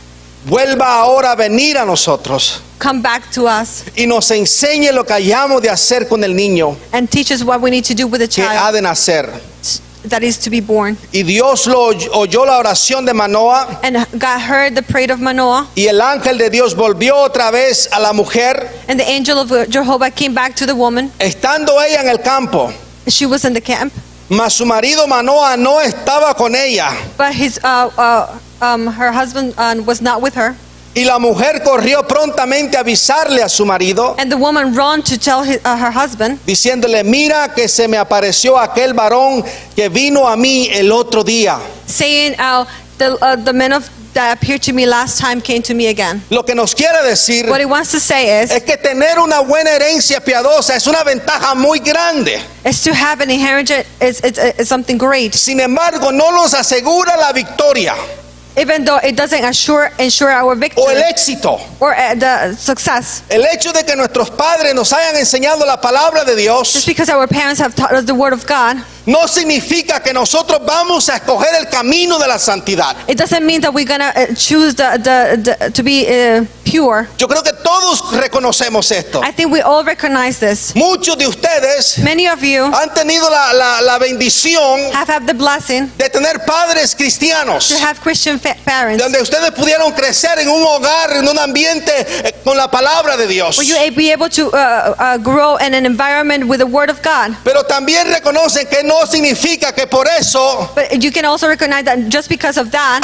Speaker 2: vuelva ahora a venir a nosotros.
Speaker 3: come back to us
Speaker 2: y nos enseñe lo que hayamos de hacer con el niño
Speaker 3: and teach us what we need to do with the
Speaker 2: que ha
Speaker 3: child
Speaker 2: de nacer.
Speaker 3: that is to be born.
Speaker 2: Y Dios lo oy- oyó la oración de Manoa
Speaker 3: And God heard the prayer of Manoah,
Speaker 2: y el ángel de Dios volvió otra vez a la mujer
Speaker 3: and the angel of Jehovah came back to the woman.
Speaker 2: estando ella en el campo.
Speaker 3: She was in the camp,
Speaker 2: Mas su marido Manoa no estaba con ella
Speaker 3: but his, uh, uh, um, her husband uh, was not with her.
Speaker 2: y la mujer corrió prontamente a avisarle a su marido
Speaker 3: And the woman ran to tell his, uh, her husband,
Speaker 2: diciéndole, mira que se me apareció aquel varón que vino a mí el otro día.
Speaker 3: saying, uh, the, uh, the man of, that appeared to me last time came to me again.
Speaker 2: Lo que nos quiere decir
Speaker 3: What he wants to say is,
Speaker 2: es que tener una buena herencia piadosa es una ventaja muy grande.
Speaker 3: is to have an inheritance is, is, is something great,
Speaker 2: Sin embargo, no nos asegura la victoria
Speaker 3: even though it doesn't assure, ensure our
Speaker 2: o el
Speaker 3: victory
Speaker 2: éxito.
Speaker 3: or uh, the success.
Speaker 2: El hecho de que nuestros padres nos hayan enseñado la palabra de
Speaker 3: Just
Speaker 2: Dios
Speaker 3: because our parents have taught us the word of God,
Speaker 2: no significa que nosotros vamos a escoger el camino de la santidad.
Speaker 3: it doesn't mean that we're gonna uh, choose the, the, the to be uh, pure.
Speaker 2: Yo creo que todos reconocemos esto.
Speaker 3: I think we all recognize this.
Speaker 2: Muchos de ustedes
Speaker 3: Many of you
Speaker 2: han tenido la, la- la bendición
Speaker 3: have had the blessing
Speaker 2: de tener padres cristianos,
Speaker 3: to have Christian fa- parents.
Speaker 2: donde ustedes pudieron crecer en un hogar, en un ambiente eh, con la palabra de Dios.
Speaker 3: Will you a- be able to uh, uh, grow in an environment with the Word of God?
Speaker 2: Pero también reconocen que no significa que por eso
Speaker 3: But you can also recognize that just because of that,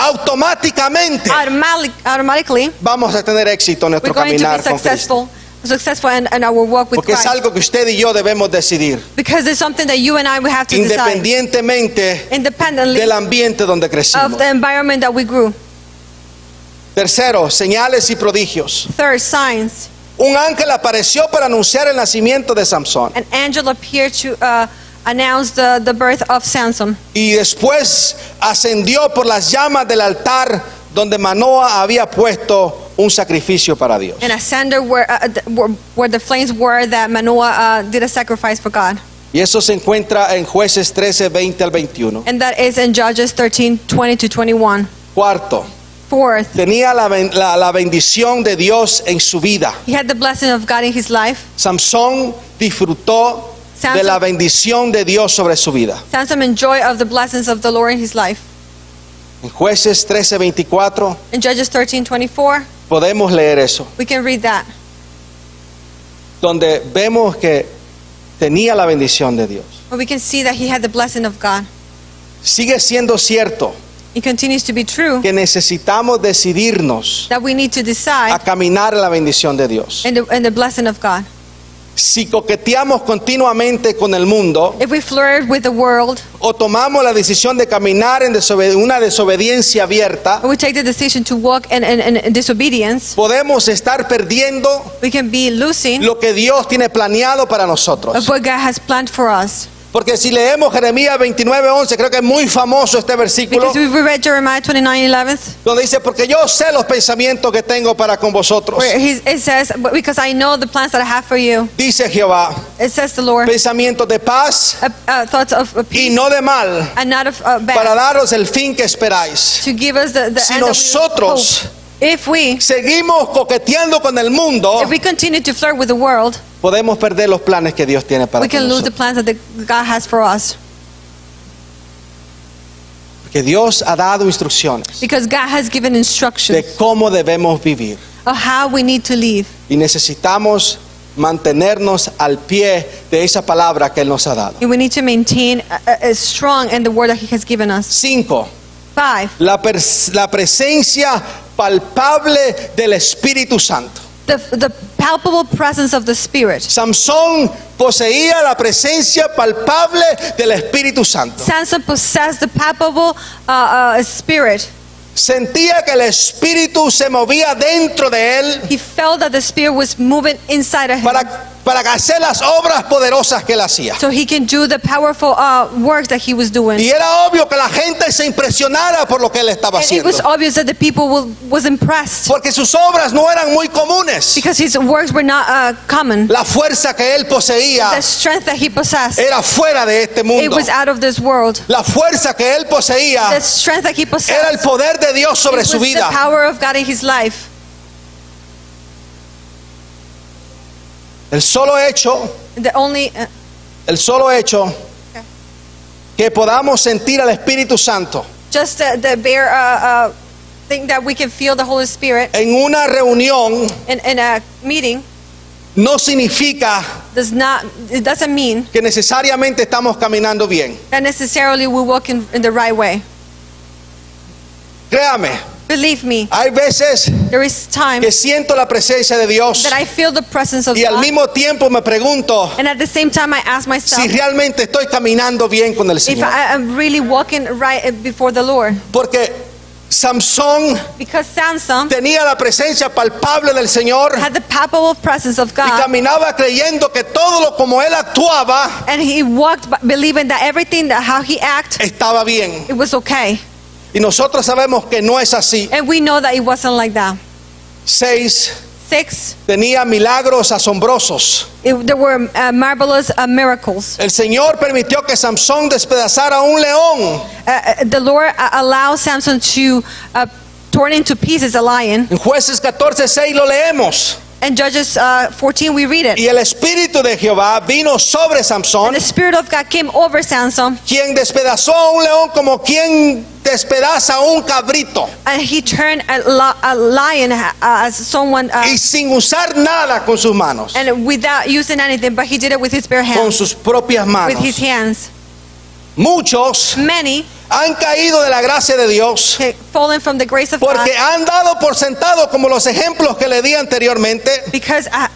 Speaker 2: automáticamente
Speaker 3: automatic, automatically,
Speaker 2: vamos a tener éxito en
Speaker 3: we're
Speaker 2: nuestro
Speaker 3: going to be
Speaker 2: caminar con Cristo.
Speaker 3: successful, successful in, in our walk with
Speaker 2: Porque es
Speaker 3: Christ.
Speaker 2: algo que usted y yo debemos decidir,
Speaker 3: Because it's something that you and I we have to decide
Speaker 2: independientemente
Speaker 3: independently
Speaker 2: del ambiente donde
Speaker 3: of
Speaker 2: crecimos.
Speaker 3: the environment that we grew.
Speaker 2: Tercero, señales y prodigios.
Speaker 3: Third, signs.
Speaker 2: Un ángel apareció para anunciar el nacimiento de Samson.
Speaker 3: An angel appeared to uh, announce the, the birth of Samson.
Speaker 2: Y después ascendió por las llamas del altar donde Manoa había puesto un sacrificio para Dios.
Speaker 3: And a cinder where, uh, th- where, where the flames were that Manoah uh, did a sacrifice for God.
Speaker 2: Y eso se encuentra en jueces 13, 20 al 21.
Speaker 3: And that is in Judges 13, 20 to 21.
Speaker 2: Cuarto,
Speaker 3: Fourth,
Speaker 2: tenía la, ben- la- la bendición de Dios en su vida.
Speaker 3: he had the blessing of God in his life.
Speaker 2: Samson disfrutó de
Speaker 3: Samson-
Speaker 2: la bendición de Dios sobre su vida.
Speaker 3: Samson enjoyed of the blessings of the Lord in his life.
Speaker 2: En jueces 13, 24
Speaker 3: In Judges 13, 24,
Speaker 2: podemos leer eso,
Speaker 3: we can read that.
Speaker 2: donde vemos que tenía la bendición de Dios.
Speaker 3: But we can see that he had the blessing of God.
Speaker 2: Sigue siendo cierto
Speaker 3: It continues to be true
Speaker 2: que necesitamos decidirnos
Speaker 3: that we need to
Speaker 2: a
Speaker 3: decide
Speaker 2: caminar en la bendición de Dios.
Speaker 3: in the, in the blessing of God.
Speaker 2: Si coqueteamos continuamente con el mundo
Speaker 3: If we flirt with the world,
Speaker 2: o tomamos la decisión de caminar en desobedi- una desobediencia abierta,
Speaker 3: or we take the decision to walk in, in, in disobedience,
Speaker 2: podemos estar perdiendo
Speaker 3: we can be losing
Speaker 2: lo que Dios tiene planeado para
Speaker 3: of
Speaker 2: nosotros.
Speaker 3: what God has planned for us.
Speaker 2: Porque si leemos Jeremías 29:11, creo que es muy famoso este versículo,
Speaker 3: Because we read Jeremiah 29, 11,
Speaker 2: donde dice, porque yo sé los pensamientos que tengo para con vosotros,
Speaker 3: where he, it says, "But because I know the plans that I have for you.
Speaker 2: dice Jehová,
Speaker 3: It says the Lord,
Speaker 2: pensamientos de paz
Speaker 3: uh, uh, thoughts of of
Speaker 2: y
Speaker 3: peace
Speaker 2: no de mal,
Speaker 3: and not of uh,
Speaker 2: para
Speaker 3: bad,
Speaker 2: daros el fin que esperáis.
Speaker 3: to give us the, the
Speaker 2: Si
Speaker 3: end that we
Speaker 2: nosotros-
Speaker 3: hope. If we,
Speaker 2: Seguimos coqueteando con el mundo,
Speaker 3: if we continue to flirt with the world,
Speaker 2: podemos perder los planes que Dios tiene para
Speaker 3: we can
Speaker 2: con
Speaker 3: lose the
Speaker 2: nosotros.
Speaker 3: plans that the, God has for us.
Speaker 2: Porque Dios ha dado instrucciones
Speaker 3: Because God has given instructions
Speaker 2: de cómo debemos vivir.
Speaker 3: of how we need to live.
Speaker 2: Y necesitamos mantenernos al pie de esa palabra que Él nos ha dado.
Speaker 3: And we need to maintain uh, uh, strong in the word that He has given us.
Speaker 2: Cinco,
Speaker 3: Five,
Speaker 2: la, pers- la presencia palpable del Espíritu Santo.
Speaker 3: the, the palpable presence of the Spirit.
Speaker 2: Samson poseía la presencia palpable del Espíritu Santo.
Speaker 3: Samson possessed the palpable uh, uh, Spirit.
Speaker 2: Sentía que el Espíritu se movía dentro de él
Speaker 3: He felt that the Spirit was moving inside of him.
Speaker 2: para, para hacer las obras poderosas que él hacía.
Speaker 3: So he can do the powerful uh, work that he was doing.
Speaker 2: Y era obvio que la gente se impresionara por lo que él estaba
Speaker 3: And it
Speaker 2: haciendo.
Speaker 3: was obvious that the people will, was impressed
Speaker 2: Porque sus obras no eran muy comunes.
Speaker 3: because his works were not uh, common.
Speaker 2: La fuerza que él poseía
Speaker 3: The strength that he possessed,
Speaker 2: era fuera de este
Speaker 3: it
Speaker 2: mundo.
Speaker 3: was out of this world.
Speaker 2: La fuerza que él
Speaker 3: The
Speaker 2: poseía
Speaker 3: strength that he
Speaker 2: era el
Speaker 3: possessed,
Speaker 2: poder de Dios
Speaker 3: it
Speaker 2: sobre
Speaker 3: was
Speaker 2: su
Speaker 3: the
Speaker 2: vida.
Speaker 3: power of God in his life.
Speaker 2: El solo hecho,
Speaker 3: The only uh,
Speaker 2: el solo hecho que podamos sentir al Espíritu Santo
Speaker 3: just the, the bare uh, uh, thing that we can feel the Holy Spirit
Speaker 2: en una reunión
Speaker 3: in, in a meeting
Speaker 2: no significa
Speaker 3: does not it doesn't mean
Speaker 2: que necesariamente estamos caminando bien.
Speaker 3: that necessarily we walk in, in the right way.
Speaker 2: Créame,
Speaker 3: Believe me,
Speaker 2: hay veces
Speaker 3: there is time
Speaker 2: que siento la presencia de Dios
Speaker 3: that I feel the presence of
Speaker 2: y al
Speaker 3: God,
Speaker 2: mismo tiempo me pregunto
Speaker 3: and at the same time I ask myself
Speaker 2: si realmente estoy caminando bien con el
Speaker 3: if
Speaker 2: Señor.
Speaker 3: I am really walking right uh, before the Lord,
Speaker 2: Porque Samson
Speaker 3: because Samson
Speaker 2: tenía la presencia palpable del Señor
Speaker 3: had the palpable presence of
Speaker 2: y
Speaker 3: God,
Speaker 2: caminaba creyendo que todo lo como él actuaba
Speaker 3: and he walked b- believing that everything that how he acted
Speaker 2: estaba bien.
Speaker 3: it was okay,
Speaker 2: Y nosotros sabemos que no es así.
Speaker 3: and we know that it wasn't like that.
Speaker 2: Seis,
Speaker 3: Six,
Speaker 2: tenía milagros asombrosos.
Speaker 3: it, there were uh, marvelous uh, miracles.
Speaker 2: El Señor permitió que Samson despedazara a un león.
Speaker 3: Uh, Uh, the Lord uh, allowed Samson to uh, torn into pieces a lion.
Speaker 2: En jueces 14, 6 lo leemos.
Speaker 3: And Judges uh, 14, we read it.
Speaker 2: Y el Espíritu de Jehová vino sobre
Speaker 3: And
Speaker 2: Samson,
Speaker 3: the Spirit of God came over Samson,
Speaker 2: quien despedazó a un león como quien despedaza a un cabrito.
Speaker 3: and he turned a, lo- a lion uh, as someone, uh,
Speaker 2: Y sin usar nada con sus manos,
Speaker 3: and without using anything, but he did it with his bare
Speaker 2: con
Speaker 3: hands,
Speaker 2: sus propias
Speaker 3: with
Speaker 2: manos.
Speaker 3: his hands.
Speaker 2: Muchos
Speaker 3: Many
Speaker 2: han caído de la gracia de Dios
Speaker 3: had fallen from the grace of God
Speaker 2: porque han dado por sentado, como los ejemplos que le di anteriormente,
Speaker 3: because uh,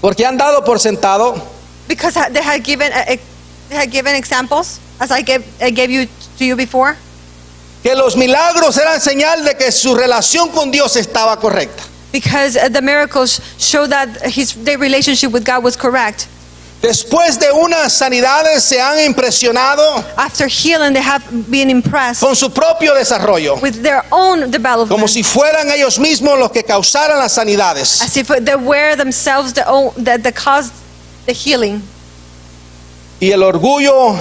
Speaker 2: porque han dado por sentado
Speaker 3: because they had given uh, they had given examples as I gave I gave you to you before.
Speaker 2: que los milagros eran señal de que su relación con Dios estaba correcta.
Speaker 3: because uh, the miracles show that his their relationship with God was correct.
Speaker 2: Después de unas sanidades se han impresionado
Speaker 3: After healing, they have been impressed
Speaker 2: con su propio desarrollo,
Speaker 3: with their
Speaker 2: como
Speaker 3: own development,
Speaker 2: si fueran ellos mismos los que causaran las sanidades.
Speaker 3: as if they were themselves the, own, the, the cause, the healing.
Speaker 2: Y el orgullo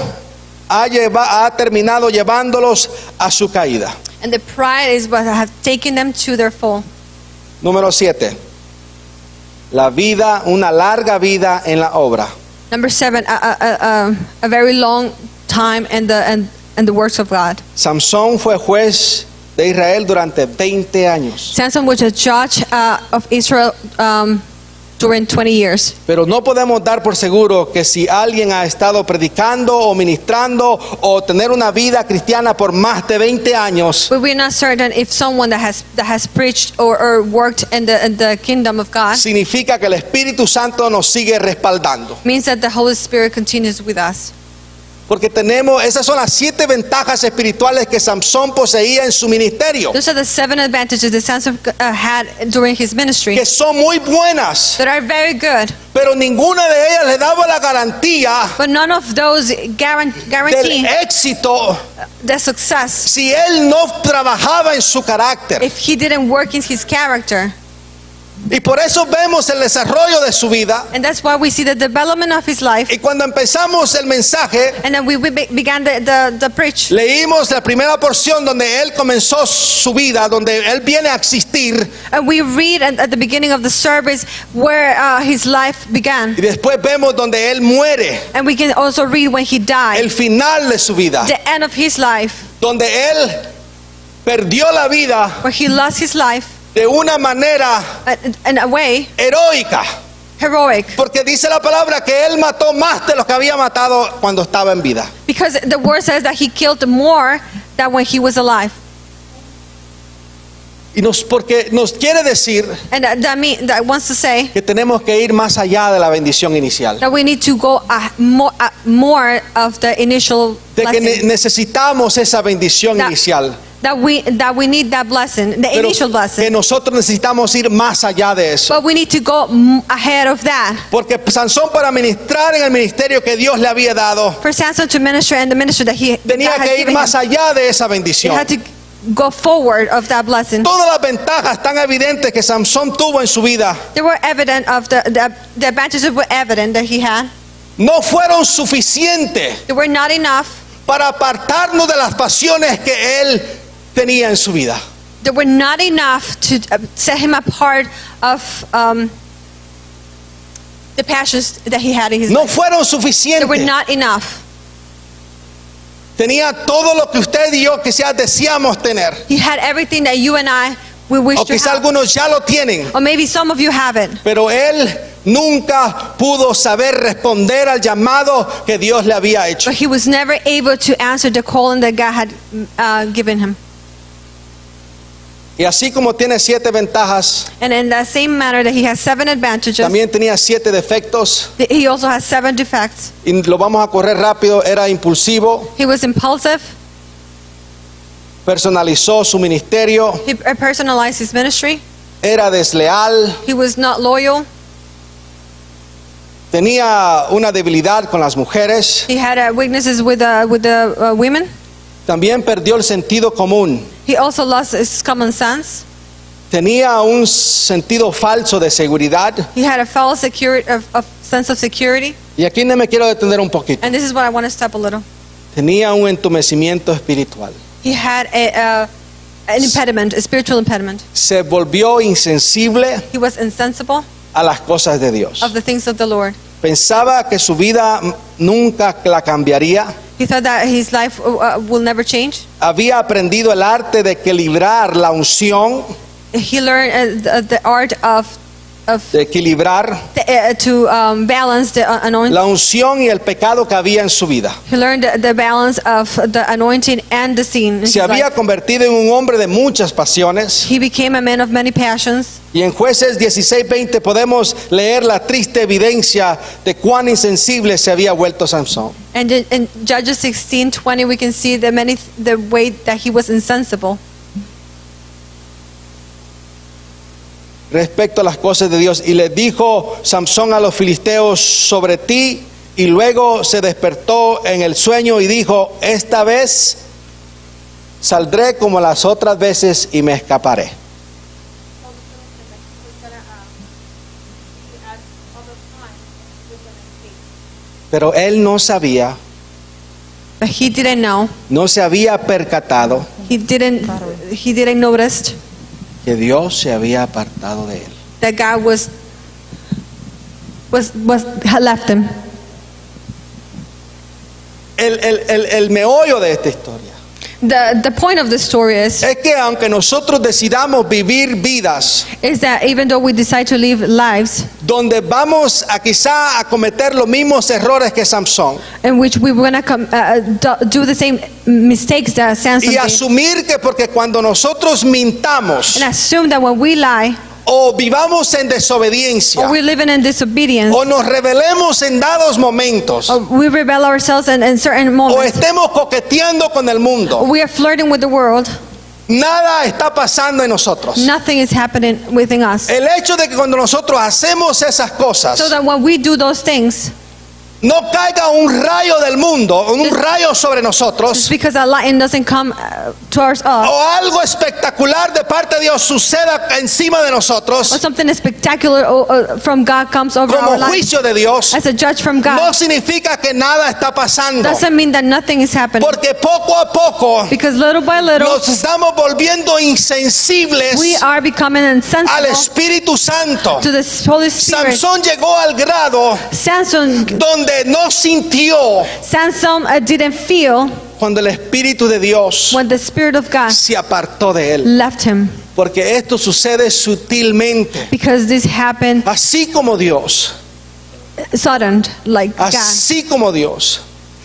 Speaker 2: ha, lleva- ha terminado llevándolos a su caída.
Speaker 3: And the pride is what have taken them to their fall.
Speaker 2: Número 7. La vida, una larga vida en la obra.
Speaker 3: Number seven, a, a, a, a- a very long time and the, and, and the works of God.
Speaker 2: Samson fue juez de Israel durante 20 años,
Speaker 3: Samson was a judge uh, of Israel um, during 20 years.
Speaker 2: pero no podemos dar por seguro que si alguien ha estado predicando o ministrando o tener una vida cristiana por más de 20 años,
Speaker 3: But we're not certain if someone that has that has preached or, or worked in the in the kingdom of God
Speaker 2: significa que el Espíritu Santo nos sigue respaldando.
Speaker 3: means that the Holy Spirit continues with us.
Speaker 2: Porque tenemos, esas son las siete ventajas espirituales que Samson poseía en su ministerio,
Speaker 3: Those are the seven advantages that Samson uh, had during his ministry
Speaker 2: que son muy buenas,
Speaker 3: that are very good,
Speaker 2: pero ninguna de ellas le daba la garantía
Speaker 3: but none of those guaran- guarantee
Speaker 2: del éxito
Speaker 3: the success
Speaker 2: si él no trabajaba en su carácter.
Speaker 3: if he didn't work in his character.
Speaker 2: Y por eso vemos el desarrollo de su vida.
Speaker 3: And that's why we see the development of his life.
Speaker 2: Y cuando empezamos el mensaje,
Speaker 3: And then we, we be- began the, the, the preach.
Speaker 2: leímos la primera porción donde él comenzó su vida, donde él viene a existir,
Speaker 3: And we read at, at the beginning of the service where uh, his life began.
Speaker 2: y después vemos donde él muere,
Speaker 3: And we can also read when he died.
Speaker 2: el final de su vida,
Speaker 3: the end of his life,
Speaker 2: donde él perdió la vida
Speaker 3: where he lost his life
Speaker 2: de una manera
Speaker 3: uh, in a way
Speaker 2: heroica,
Speaker 3: heroic.
Speaker 2: porque dice la palabra que él mató más de los que había matado cuando estaba en vida.
Speaker 3: Because the word says that he killed more than when he was alive.
Speaker 2: Y nos, porque nos quiere decir
Speaker 3: And that, that, mean, that wants to say
Speaker 2: que tenemos que ir más allá de la bendición inicial.
Speaker 3: that we need to go uh, more, uh, more of the initial
Speaker 2: De que ne-
Speaker 3: blessing.
Speaker 2: necesitamos esa bendición
Speaker 3: That-
Speaker 2: inicial.
Speaker 3: That we, that we need that blessing, the
Speaker 2: Pero
Speaker 3: initial
Speaker 2: que
Speaker 3: blessing.
Speaker 2: nosotros necesitamos ir más allá de eso.
Speaker 3: But we need to go m- ahead of that.
Speaker 2: Porque Sansón para ministrar en el ministerio que Dios le había dado,
Speaker 3: For Samson to minister and the minister that he, that
Speaker 2: tenía
Speaker 3: had
Speaker 2: que ir
Speaker 3: given him,
Speaker 2: más allá de esa
Speaker 3: he
Speaker 2: bendición.
Speaker 3: had to go forward of that blessing.
Speaker 2: Todas las ventajas tan evidentes que Sansón tuvo en su vida
Speaker 3: They were evident of the, the, the advantages were evident that he had.
Speaker 2: no fueron suficientes
Speaker 3: They were not enough.
Speaker 2: para apartarnos de las pasiones que él tenía en su vida.
Speaker 3: They were not enough to uh, set him apart of um, the passions that he had in his
Speaker 2: No
Speaker 3: life.
Speaker 2: fueron
Speaker 3: They were
Speaker 2: suficientes.
Speaker 3: not enough.
Speaker 2: Tenía todo lo que usted y yo quizás decíamos tener.
Speaker 3: He had everything that you and I we wish
Speaker 2: O
Speaker 3: to
Speaker 2: quizá
Speaker 3: have.
Speaker 2: algunos ya lo tienen.
Speaker 3: Or maybe some of you haven't.
Speaker 2: Pero él nunca pudo saber responder al llamado que Dios le había hecho.
Speaker 3: But he was never able to answer the calling that God had uh, given him.
Speaker 2: Y así como tiene siete ventajas,
Speaker 3: And in that same manner that he has seven advantages,
Speaker 2: también tenía siete defectos.
Speaker 3: th- he also has seven defects.
Speaker 2: Y lo vamos a correr rápido. Era impulsivo,
Speaker 3: He was impulsive.
Speaker 2: personalizó su ministerio,
Speaker 3: He uh, personalized his ministry.
Speaker 2: era desleal,
Speaker 3: He was not loyal.
Speaker 2: tenía una debilidad con las mujeres.
Speaker 3: He had uh, weaknesses with uh, with the uh, women.
Speaker 2: También perdió el sentido común.
Speaker 3: He also lost his common sense.
Speaker 2: Tenía un sentido falso de seguridad.
Speaker 3: He had a false security of, of sense of security.
Speaker 2: Y aquí no me quiero detener un poquito.
Speaker 3: And this is what I want to step a little.
Speaker 2: Tenía un entumecimiento espiritual.
Speaker 3: He had a uh, an impediment, a spiritual impediment.
Speaker 2: se volvió insensible
Speaker 3: He was insensible
Speaker 2: a las cosas de Dios.
Speaker 3: of the things of the Lord.
Speaker 2: Pensaba que su vida nunca la cambiaría.
Speaker 3: He thought that his life uh, will never change.
Speaker 2: Había aprendido el arte de equilibrar la unción,
Speaker 3: He learned uh, the, the art of of
Speaker 2: de equilibrar
Speaker 3: uh, to um, balance the uh, anointing.
Speaker 2: la unción y el pecado que había en su vida.
Speaker 3: He learned the, the balance of the anointing and the sin. in his
Speaker 2: Se había
Speaker 3: life.
Speaker 2: convertido en un hombre de muchas pasiones
Speaker 3: He became a man of many passions.
Speaker 2: y en jueces 16:20 podemos leer la triste evidencia de cuán insensible se había vuelto Sansón.
Speaker 3: And in, in Judges 16, 20, we can see the many the way that he was insensible
Speaker 2: respecto a las cosas de Dios. Y les dijo Samson a los filisteos, sobre ti Y luego se despertó en el sueño y dijo, esta vez saldré como las otras veces y me escaparé. Pero él no sabía,
Speaker 3: But he didn't know.
Speaker 2: no se había percatado
Speaker 3: He didn't. He didn't notice
Speaker 2: que Dios se había apartado de él.
Speaker 3: that God was was was had left him.
Speaker 2: El, el- el- el meollo de esta historia
Speaker 3: The the point of the story is
Speaker 2: es que aunque nosotros decidamos vivir vidas
Speaker 3: is that even though we decide to live lives
Speaker 2: donde vamos a quizá a cometer los mismos errores que Samson
Speaker 3: in which we were gonna come, uh, uh, do- do the same mistakes that
Speaker 2: y
Speaker 3: Samson did,
Speaker 2: asumir que porque cuando nosotros mintamos
Speaker 3: and assume that when we lie
Speaker 2: o vivamos en desobediencia
Speaker 3: or we're living in disobedience,
Speaker 2: o nos rebelemos en dados momentos
Speaker 3: or we rebel ourselves in, in certain
Speaker 2: o
Speaker 3: moments,
Speaker 2: estemos coqueteando con el mundo,
Speaker 3: we are flirting with the world.
Speaker 2: nada está pasando en nosotros.
Speaker 3: Nothing is happening within us.
Speaker 2: El hecho de que cuando nosotros hacemos esas cosas,
Speaker 3: So that when we do those things,
Speaker 2: no caiga un rayo del mundo, un rayo sobre
Speaker 3: it's
Speaker 2: nosotros,
Speaker 3: because our lying doesn't come uh, towards us,
Speaker 2: o algo espectacular de parte de Dios suceda encima de
Speaker 3: or
Speaker 2: nosotros
Speaker 3: something spectacular uh, uh, from God comes over our
Speaker 2: como
Speaker 3: life
Speaker 2: juicio de Dios,
Speaker 3: as a judge from
Speaker 2: no
Speaker 3: God.
Speaker 2: significa que nada está pasando,
Speaker 3: Doesn't mean that nothing is happening.
Speaker 2: porque poco a poco
Speaker 3: Because little by little,
Speaker 2: nos estamos volviendo insensibles
Speaker 3: we are becoming
Speaker 2: al
Speaker 3: insensible
Speaker 2: Espíritu Santo.
Speaker 3: to the Holy Spirit.
Speaker 2: Sansón llegó al grado
Speaker 3: Samson,
Speaker 2: donde no sintió
Speaker 3: Samson uh, didn't feel
Speaker 2: cuando el Espíritu de Dios
Speaker 3: when the Spirit of God
Speaker 2: se apartó de él.
Speaker 3: left him.
Speaker 2: Porque esto sucede sutilmente.
Speaker 3: Because this happened
Speaker 2: Así como Dios,
Speaker 3: sudden, like God.
Speaker 2: así como Dios,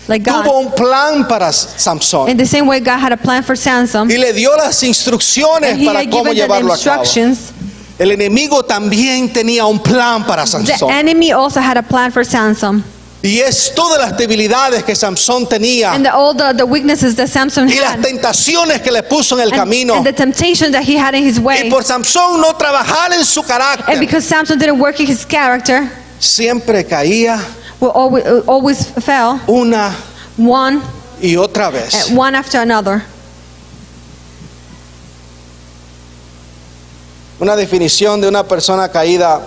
Speaker 3: Like
Speaker 2: tuvo
Speaker 3: God.
Speaker 2: un plan para Samson
Speaker 3: In the same way, God had a plan for Samson.
Speaker 2: y le dio las instrucciones
Speaker 3: And he
Speaker 2: para
Speaker 3: had
Speaker 2: cómo
Speaker 3: given them
Speaker 2: llevarlo a cabo.
Speaker 3: instructions.
Speaker 2: El enemigo también tenía un plan para
Speaker 3: The
Speaker 2: Samson. Ah.
Speaker 3: enemy also had a plan for Samson.
Speaker 2: Y es todas las debilidades que Samson tenía
Speaker 3: And the, all the, the weaknesses that Samson
Speaker 2: y las
Speaker 3: had.
Speaker 2: tentaciones que le puso en el
Speaker 3: And,
Speaker 2: camino.
Speaker 3: and the temptation that he had in his
Speaker 2: Y
Speaker 3: way.
Speaker 2: por Samson no trabajar en su
Speaker 3: And
Speaker 2: carácter,
Speaker 3: because Samson didn't work in his character,
Speaker 2: siempre caía
Speaker 3: we always, always fell
Speaker 2: una
Speaker 3: one
Speaker 2: y otra vez.
Speaker 3: and one after another.
Speaker 2: Una definición de una persona caída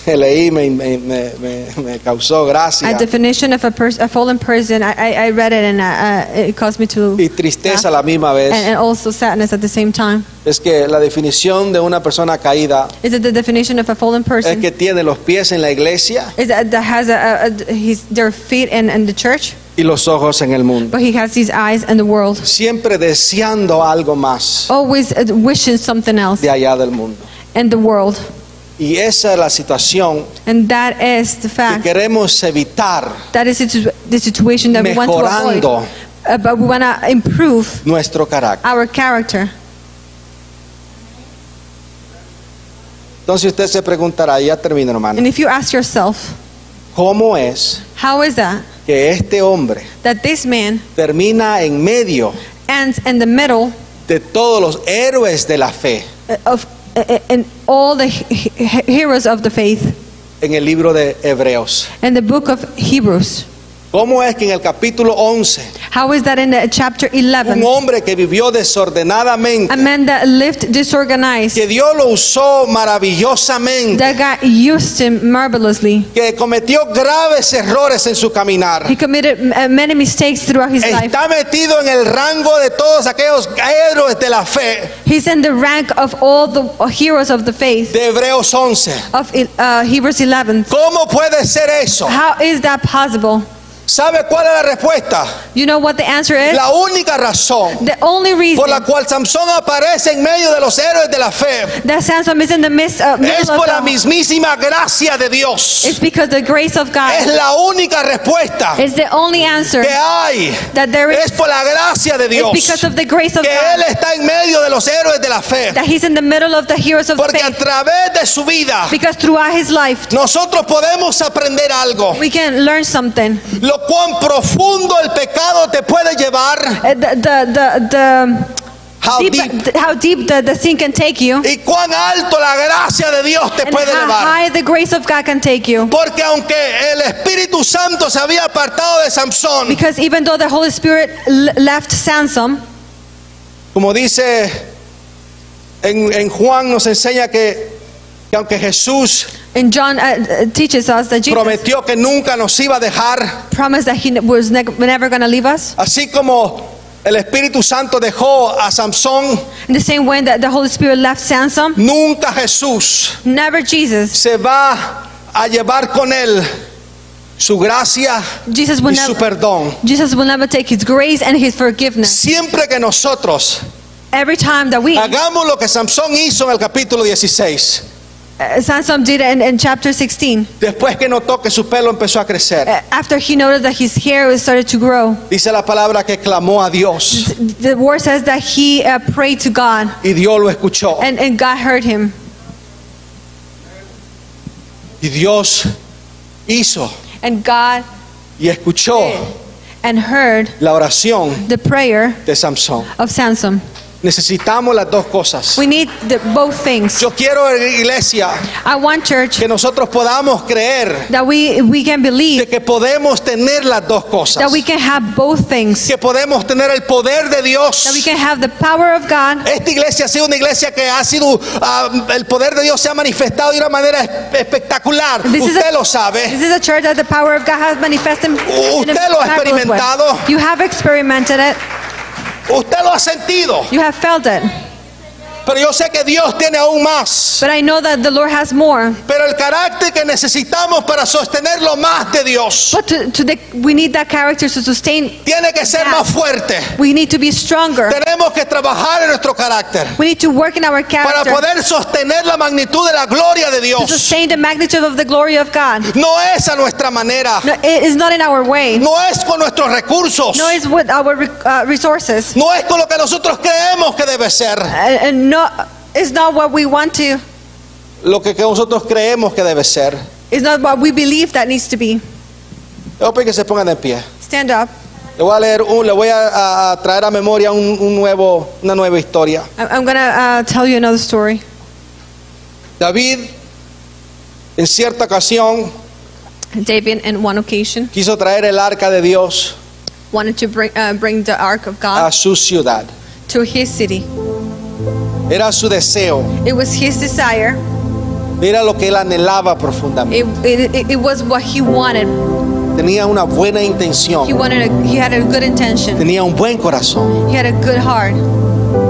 Speaker 2: que leí me, me- me- me- me causó gracia
Speaker 3: A definition of a, pers- a fallen person, I, I, I read it and uh, uh, it caused me to.
Speaker 2: y tristeza a la
Speaker 3: laugh.
Speaker 2: misma
Speaker 3: and,
Speaker 2: vez.
Speaker 3: and also sadness at the same time.
Speaker 2: Es que la definición de una persona caída
Speaker 3: Is it the definition of a fallen
Speaker 2: es
Speaker 3: person?
Speaker 2: que tiene los pies en la iglesia
Speaker 3: Is that, that has a, a, a- his, their feet in, in the church,
Speaker 2: y los ojos en el mundo.
Speaker 3: but he has his eyes in the world.
Speaker 2: Siempre deseando algo más
Speaker 3: always uh, wishing something else
Speaker 2: de allá del mundo.
Speaker 3: in the world.
Speaker 2: Y esa es la situación
Speaker 3: And that is
Speaker 2: que
Speaker 3: the fact.
Speaker 2: queremos evitar
Speaker 3: That is the situ- the situation that we want to
Speaker 2: Mejorando.
Speaker 3: avoid. Uh, but we want to improve
Speaker 2: nuestro carácter.
Speaker 3: our character.
Speaker 2: Entonces usted se preguntará, y ya termino hermano,
Speaker 3: And if you ask yourself,
Speaker 2: ¿cómo es
Speaker 3: how is that
Speaker 2: que este hombre
Speaker 3: that this man
Speaker 2: termina en medio
Speaker 3: ends in the middle
Speaker 2: de todos los héroes de la fe
Speaker 3: uh, of uh, and all the he- he- heroes of the faith
Speaker 2: en el libro de Hebreos?
Speaker 3: in the book of Hebrews?
Speaker 2: ¿Cómo es que en el capítulo 11,
Speaker 3: How is that in the chapter
Speaker 2: un
Speaker 3: 11?
Speaker 2: hombre que vivió desordenadamente,
Speaker 3: A man that lived disorganized,
Speaker 2: que Dios lo usó maravillosamente,
Speaker 3: that God used him marvelously.
Speaker 2: que cometió graves errores en su caminar,
Speaker 3: He committed uh, many mistakes throughout his life.
Speaker 2: está metido en el rango de todos aquellos héroes de la fe
Speaker 3: He's in the rank of all the uh, heroes of the faith
Speaker 2: de Hebreos 11?
Speaker 3: of uh, Hebrews 11.
Speaker 2: ¿Cómo puede ser eso?
Speaker 3: How is that possible?
Speaker 2: ¿Sabe cuál es la respuesta?
Speaker 3: You know what the answer is?
Speaker 2: La única razón
Speaker 3: The only reason
Speaker 2: por la cual Samson aparece en medio de los héroes de la fe
Speaker 3: that Samson is in the midst of middle
Speaker 2: es por la
Speaker 3: of them
Speaker 2: mismísima gracia de Dios.
Speaker 3: is because the grace of
Speaker 2: Es
Speaker 3: God
Speaker 2: la única respuesta
Speaker 3: is the only answer
Speaker 2: que hay.
Speaker 3: that there
Speaker 2: Es
Speaker 3: is
Speaker 2: por la gracia de
Speaker 3: is
Speaker 2: Dios.
Speaker 3: because of the grace of
Speaker 2: Que Él
Speaker 3: God
Speaker 2: está en medio de los héroes de la fe.
Speaker 3: that he's in the middle of the heroes of the
Speaker 2: Porque a
Speaker 3: faith
Speaker 2: través de su vida
Speaker 3: because throughout his life
Speaker 2: nosotros podemos aprender algo.
Speaker 3: we can learn something.
Speaker 2: Lo
Speaker 3: Eh,
Speaker 2: cuán profundo el pecado te puede llevar
Speaker 3: Uh, The, the, the, the,
Speaker 2: How
Speaker 3: deep,
Speaker 2: deep.
Speaker 3: th- how deep the, the thing can take you,
Speaker 2: Y cuán alto la gracia de Dios te
Speaker 3: and
Speaker 2: puede
Speaker 3: how
Speaker 2: elevar.
Speaker 3: high the grace of God can take you.
Speaker 2: Porque aunque el Espíritu Santo se había apartado de Sansón,
Speaker 3: Because even though the Holy Spirit l- left Samson,
Speaker 2: Como dice en, en Juan nos enseña que, que aunque Jesús
Speaker 3: and John uh, uh, teaches us that Jesus
Speaker 2: prometió que nunca nos iba a dejar,
Speaker 3: promised that he ne- was ne- never going to leave us,
Speaker 2: así como el Espíritu Santo dejó a Sansón,
Speaker 3: in the same way that the Holy Spirit left Samson,
Speaker 2: nunca Jesús
Speaker 3: never Jesus.
Speaker 2: se va a llevar con él su gracia
Speaker 3: Jesus will
Speaker 2: y su
Speaker 3: never.
Speaker 2: perdón.
Speaker 3: Jesus will never take his grace and his forgiveness.
Speaker 2: Siempre que nosotros
Speaker 3: Every time that we, uh,
Speaker 2: hagamos lo que Sansón hizo en el capítulo 16,
Speaker 3: Samson uh, did in, in chapter 16,
Speaker 2: después que notó que su pelo empezó a
Speaker 3: uh,
Speaker 2: crecer,
Speaker 3: after he noticed that his hair was started to grow,
Speaker 2: dice la palabra que clamó a Dios.
Speaker 3: the word says that he uh, prayed to God
Speaker 2: y Dios lo escuchó
Speaker 3: and, and God heard him.
Speaker 2: y Dios hizo
Speaker 3: And God
Speaker 2: y escuchó
Speaker 3: and heard
Speaker 2: la oración
Speaker 3: the prayer
Speaker 2: de Samson.
Speaker 3: of Samson.
Speaker 2: Necesitamos las dos cosas.
Speaker 3: We need the, both things.
Speaker 2: Yo quiero iglesia
Speaker 3: I want church
Speaker 2: que nosotros podamos creer
Speaker 3: that we, we can
Speaker 2: de
Speaker 3: believe,
Speaker 2: que podemos tener las dos
Speaker 3: that
Speaker 2: cosas,
Speaker 3: we can have both things,
Speaker 2: que podemos tener el poder de
Speaker 3: that we
Speaker 2: Dios.
Speaker 3: can have the power of God.
Speaker 2: Esta iglesia ha sido una iglesia que ha sido, ah, el poder de Dios se ha manifestado de una manera es- espectacular.
Speaker 3: This is
Speaker 2: Usted
Speaker 3: a-
Speaker 2: lo sabe.
Speaker 3: This is a church that the power of God has manifested. in a
Speaker 2: Usted lo ha
Speaker 3: miraculous way.
Speaker 2: experimentado.
Speaker 3: You have experimented it.
Speaker 2: Usted lo ha sentido.
Speaker 3: You have felt it.
Speaker 2: Pero yo sé que Dios tiene aún más.
Speaker 3: But I know that the Lord has more.
Speaker 2: Pero el carácter que necesitamos para sostenerlo más de Dios
Speaker 3: But to, to the, we need that character to sustain.
Speaker 2: tiene que ser más fuerte.
Speaker 3: We need to be stronger.
Speaker 2: Tenemos que trabajar en nuestro carácter
Speaker 3: We need to work in our
Speaker 2: para
Speaker 3: character
Speaker 2: poder sostener la magnitud de la gloria de
Speaker 3: to
Speaker 2: Dios.
Speaker 3: sustain the magnitude of the glory of God.
Speaker 2: No es a nuestra manera,
Speaker 3: No, it is not in our way.
Speaker 2: no es con nuestros recursos,
Speaker 3: No, it's with our re- uh, resources.
Speaker 2: no es con lo que nosotros creemos que debe ser.
Speaker 3: And, and no, it's not what we want to.
Speaker 2: Lo que que nosotros creemos que debe ser.
Speaker 3: It's not what we believe that needs to be.
Speaker 2: Yo pido que se pongan de pie.
Speaker 3: Stand up.
Speaker 2: Le voy a leer, un- le voy a, a- a traer a memoria un- un nuevo, una nueva historia.
Speaker 3: I- I'm going to uh, tell you another story.
Speaker 2: David, en cierta ocasión,
Speaker 3: David, in one occasion,
Speaker 2: quiso traer el arca de Dios
Speaker 3: wanted to bring, uh, bring the ark of
Speaker 2: a
Speaker 3: God
Speaker 2: su ciudad.
Speaker 3: to his city.
Speaker 2: Era su deseo,
Speaker 3: It was his desire.
Speaker 2: era lo que él anhelaba profundamente.
Speaker 3: It, it, it, it was what he wanted.
Speaker 2: Tenía una buena
Speaker 3: He
Speaker 2: intención,
Speaker 3: wanted. A, he had a good intention.
Speaker 2: tenía un buen corazón.
Speaker 3: He had a good heart.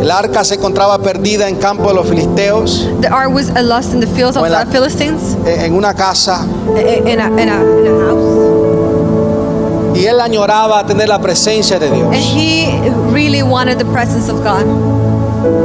Speaker 2: El arca se encontraba perdida en campo de los filisteos,
Speaker 3: The ark was uh, lost in the fields of
Speaker 2: Well,
Speaker 3: the Philistines
Speaker 2: e- en una casa,
Speaker 3: i- i- in a, in a, in a house.
Speaker 2: y él añoraba tener la presencia de
Speaker 3: And
Speaker 2: Dios,
Speaker 3: he really wanted the presence of God.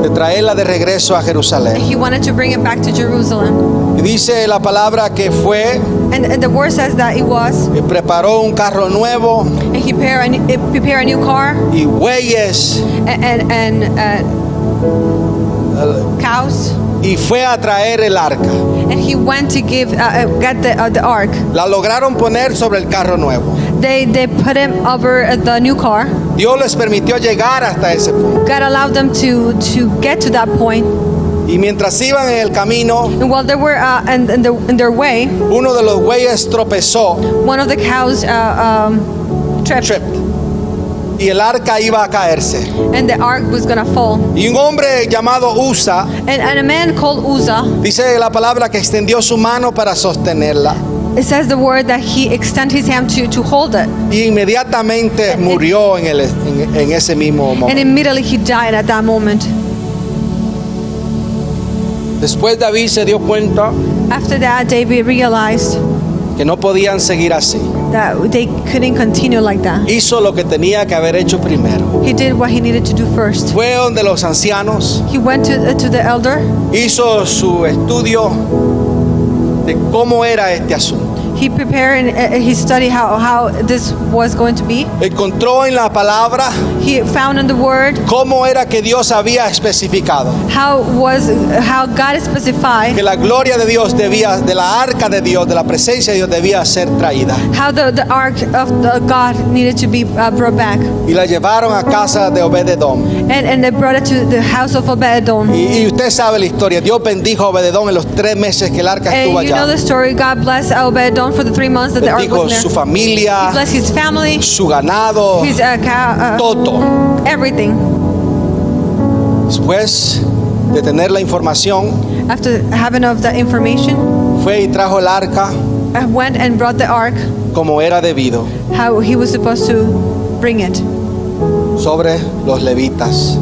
Speaker 2: de traerla de regreso a
Speaker 3: And
Speaker 2: Jerusalén.
Speaker 3: he wanted to bring it back to Jerusalem.
Speaker 2: Y dice la palabra que fue,
Speaker 3: And, and the word says that it was.
Speaker 2: y preparó un carro nuevo
Speaker 3: And he prepare a, new- eh, prepare a new car
Speaker 2: y bueyes,
Speaker 3: and, and, and uh, cows.
Speaker 2: y fue a traer el arca.
Speaker 3: And he went to give uh, uh, get the, uh, the ark.
Speaker 2: La lograron poner sobre el carro nuevo.
Speaker 3: They, they put him over uh, the new car.
Speaker 2: Dios les permitió llegar hasta ese punto.
Speaker 3: God allowed them to, to get to that point.
Speaker 2: Y mientras iban en el camino,
Speaker 3: And while they were uh, in, in, the, in their way,
Speaker 2: uno de los bueyes tropezó
Speaker 3: one of the cows uh, um, tripped,
Speaker 2: tripped, y el arca iba a caerse.
Speaker 3: and the ark was gonna fall.
Speaker 2: Y un hombre llamado Usa
Speaker 3: And, and a man called Uzzah,
Speaker 2: dice la palabra que extendió su mano para sostenerla.
Speaker 3: it says the word that he extended his hand to, to hold it,
Speaker 2: Y inmediatamente murió en, el, en, en ese mismo
Speaker 3: and
Speaker 2: momento.
Speaker 3: immediately he died at that moment.
Speaker 2: Después David se dio cuenta
Speaker 3: After that, David realized
Speaker 2: que no podían seguir así.
Speaker 3: that they couldn't continue like that.
Speaker 2: Hizo lo que tenía que haber hecho primero.
Speaker 3: He did what he needed to do first.
Speaker 2: Fue donde los ancianos
Speaker 3: He went to, uh, to the elder,
Speaker 2: hizo su estudio de cómo era este asunto.
Speaker 3: He prepared and uh, he studied how, how this was going to be.
Speaker 2: Encontró en la palabra
Speaker 3: He found in the word
Speaker 2: cómo era que Dios había especificado
Speaker 3: how was how God specified
Speaker 2: que la gloria de Dios debía, de la arca de Dios, de la presencia de Dios debía ser traída.
Speaker 3: how the, the ark of the God needed to be uh, brought back.
Speaker 2: Y la llevaron a casa de Obededón.
Speaker 3: And, and they brought it to the house of Obededom.
Speaker 2: Y, y usted sabe la historia. Dios bendijo a Obededón en los tres meses que el arca estuvo
Speaker 3: And you know
Speaker 2: allá.
Speaker 3: the story. God blessed Obededom for the three months that the ark
Speaker 2: Bendijo
Speaker 3: was
Speaker 2: su
Speaker 3: there.
Speaker 2: familia,
Speaker 3: Bless his family,
Speaker 2: su ganado,
Speaker 3: his uh, cow,
Speaker 2: todo.
Speaker 3: uh, everything.
Speaker 2: Después de tener la información,
Speaker 3: After having of the information,
Speaker 2: fue y trajo el arca
Speaker 3: I went and brought the ark
Speaker 2: como era debido
Speaker 3: how he was supposed to bring it
Speaker 2: sobre los levitas,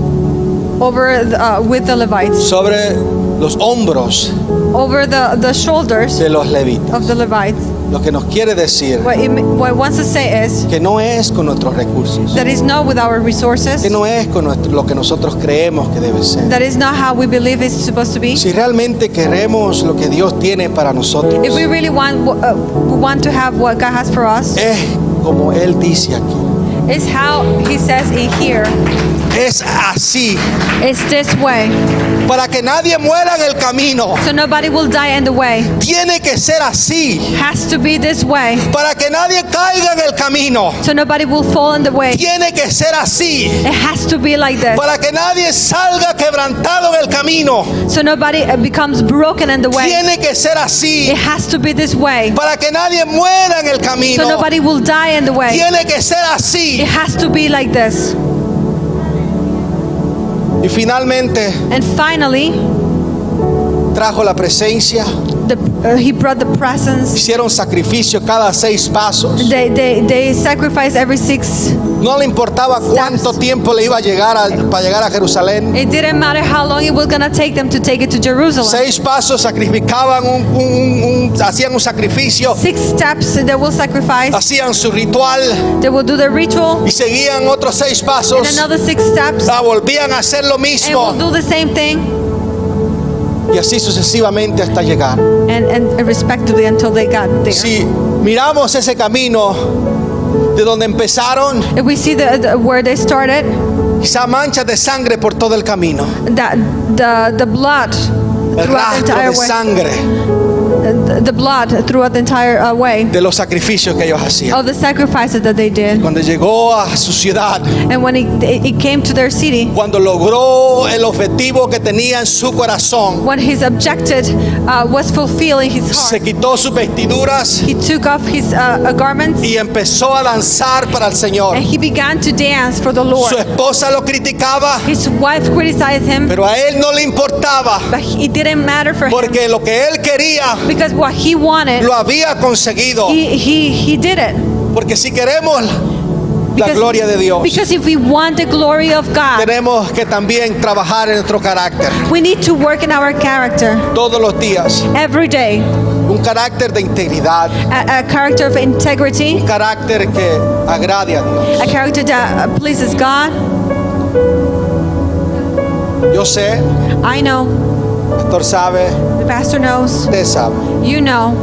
Speaker 3: over the, uh, with the Levites,
Speaker 2: sobre los hombros
Speaker 3: over the, the shoulders
Speaker 2: de los levitas.
Speaker 3: of the Levites.
Speaker 2: Lo que nos quiere decir
Speaker 3: What it, what it wants to say is
Speaker 2: que no es con nuestros recursos,
Speaker 3: that is not with our
Speaker 2: que
Speaker 3: resources.
Speaker 2: no es con nuestro- lo que nosotros creemos que debe ser.
Speaker 3: That is not how we believe it's supposed to be.
Speaker 2: Si realmente queremos lo que Dios tiene para nosotros,
Speaker 3: If we really want wha- uh, we want to have what God has for us,
Speaker 2: es como Él dice aquí,
Speaker 3: it's how He says in here.
Speaker 2: es así,
Speaker 3: It's this way,
Speaker 2: para que nadie muera en el camino,
Speaker 3: so nobody will die in the way.
Speaker 2: tiene que ser así,
Speaker 3: Has to be this way,
Speaker 2: para que nadie caiga en el camino,
Speaker 3: so nobody will fall in the way.
Speaker 2: tiene que ser así.
Speaker 3: It has to be like this,
Speaker 2: Para que nadie salga quebrantado en el camino,
Speaker 3: so nobody uh, becomes broken in the way.
Speaker 2: tiene que ser así.
Speaker 3: It has to be this way,
Speaker 2: Para que nadie muera en el
Speaker 3: so
Speaker 2: camino,
Speaker 3: nobody will die in the way.
Speaker 2: tiene que ser así.
Speaker 3: It has to be like this.
Speaker 2: Y finalmente
Speaker 3: And finally,
Speaker 2: trajo la presencia.
Speaker 3: the, uh, He brought the presence.
Speaker 2: Hicieron sacrificio cada seis pasos.
Speaker 3: They, they, they sacrifice every six
Speaker 2: No le importaba cuánto tiempo le iba a llegar a- para llegar a Jerusalén.
Speaker 3: It didn't matter how long it was gonna take them to take it to Jerusalem.
Speaker 2: Seis pasos sacrificaban, un, un- un- un- hacían un sacrificio,
Speaker 3: Six steps they will sacrifice.
Speaker 2: hacían su ritual
Speaker 3: They will do the ritual
Speaker 2: y seguían otros seis
Speaker 3: and
Speaker 2: pasos.
Speaker 3: another six steps.
Speaker 2: Ah, volvían a hacer lo
Speaker 3: And will
Speaker 2: mismo
Speaker 3: do the same thing
Speaker 2: y así sucesivamente hasta llegar.
Speaker 3: and, and respectively until they got there.
Speaker 2: Si miramos ese camino de donde empezaron,
Speaker 3: If we see the, the where they started,
Speaker 2: quizá manchas de sangre por todo el camino,
Speaker 3: that the the blood
Speaker 2: el
Speaker 3: throughout the
Speaker 2: rastro
Speaker 3: entire
Speaker 2: de
Speaker 3: way,
Speaker 2: sangre
Speaker 3: the, the blood throughout the entire uh, way
Speaker 2: de los sacrificios que ellos hacían.
Speaker 3: of the sacrifices that they did.
Speaker 2: Cuando llegó a su ciudad,
Speaker 3: And when it, it, it came to their city,
Speaker 2: cuando logró el objetivo que tenía en su corazón,
Speaker 3: when his objected uh, was fulfilled in his heart.
Speaker 2: se quitó sus vestiduras
Speaker 3: He took off his uh, uh, garments
Speaker 2: y empezó a danzar para el Señor.
Speaker 3: and he began to dance for the
Speaker 2: Su
Speaker 3: Lord.
Speaker 2: esposa lo criticaba,
Speaker 3: His wife criticized him,
Speaker 2: pero a él no le importaba,
Speaker 3: but he- it didn't matter for him
Speaker 2: porque lo que él quería
Speaker 3: because what he wanted,
Speaker 2: lo había conseguido.
Speaker 3: he, he, he did it.
Speaker 2: Porque si queremos la
Speaker 3: Because,
Speaker 2: gloria de Dios,
Speaker 3: because if we want the glory of God,
Speaker 2: tenemos que también trabajar en nuestro carácter
Speaker 3: we need to work in our character
Speaker 2: todos los días.
Speaker 3: every day.
Speaker 2: Un carácter de integridad,
Speaker 3: A, a character of integrity,
Speaker 2: un carácter que agrade a Dios.
Speaker 3: a character that uh, pleases God.
Speaker 2: Yo sé,
Speaker 3: I know,
Speaker 2: el pastor sabe,
Speaker 3: the pastor knows,
Speaker 2: usted sabe.
Speaker 3: you know,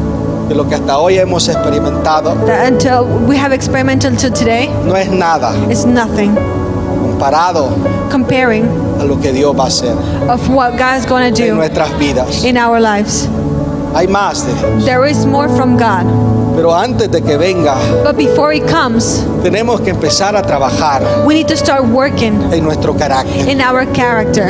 Speaker 2: de lo que hasta hoy hemos experimentado
Speaker 3: that until we have experimented until today,
Speaker 2: no es nada
Speaker 3: it's nothing
Speaker 2: comparado
Speaker 3: comparing
Speaker 2: a lo que Dios va a hacer
Speaker 3: of what God's going to
Speaker 2: en
Speaker 3: do.
Speaker 2: nuestras vidas.
Speaker 3: in our lives.
Speaker 2: Hay más de Dios.
Speaker 3: There is more from God.
Speaker 2: Pero antes de que venga,
Speaker 3: But before it comes,
Speaker 2: tenemos que empezar a trabajar
Speaker 3: we need to start working
Speaker 2: en nuestro carácter,
Speaker 3: in our character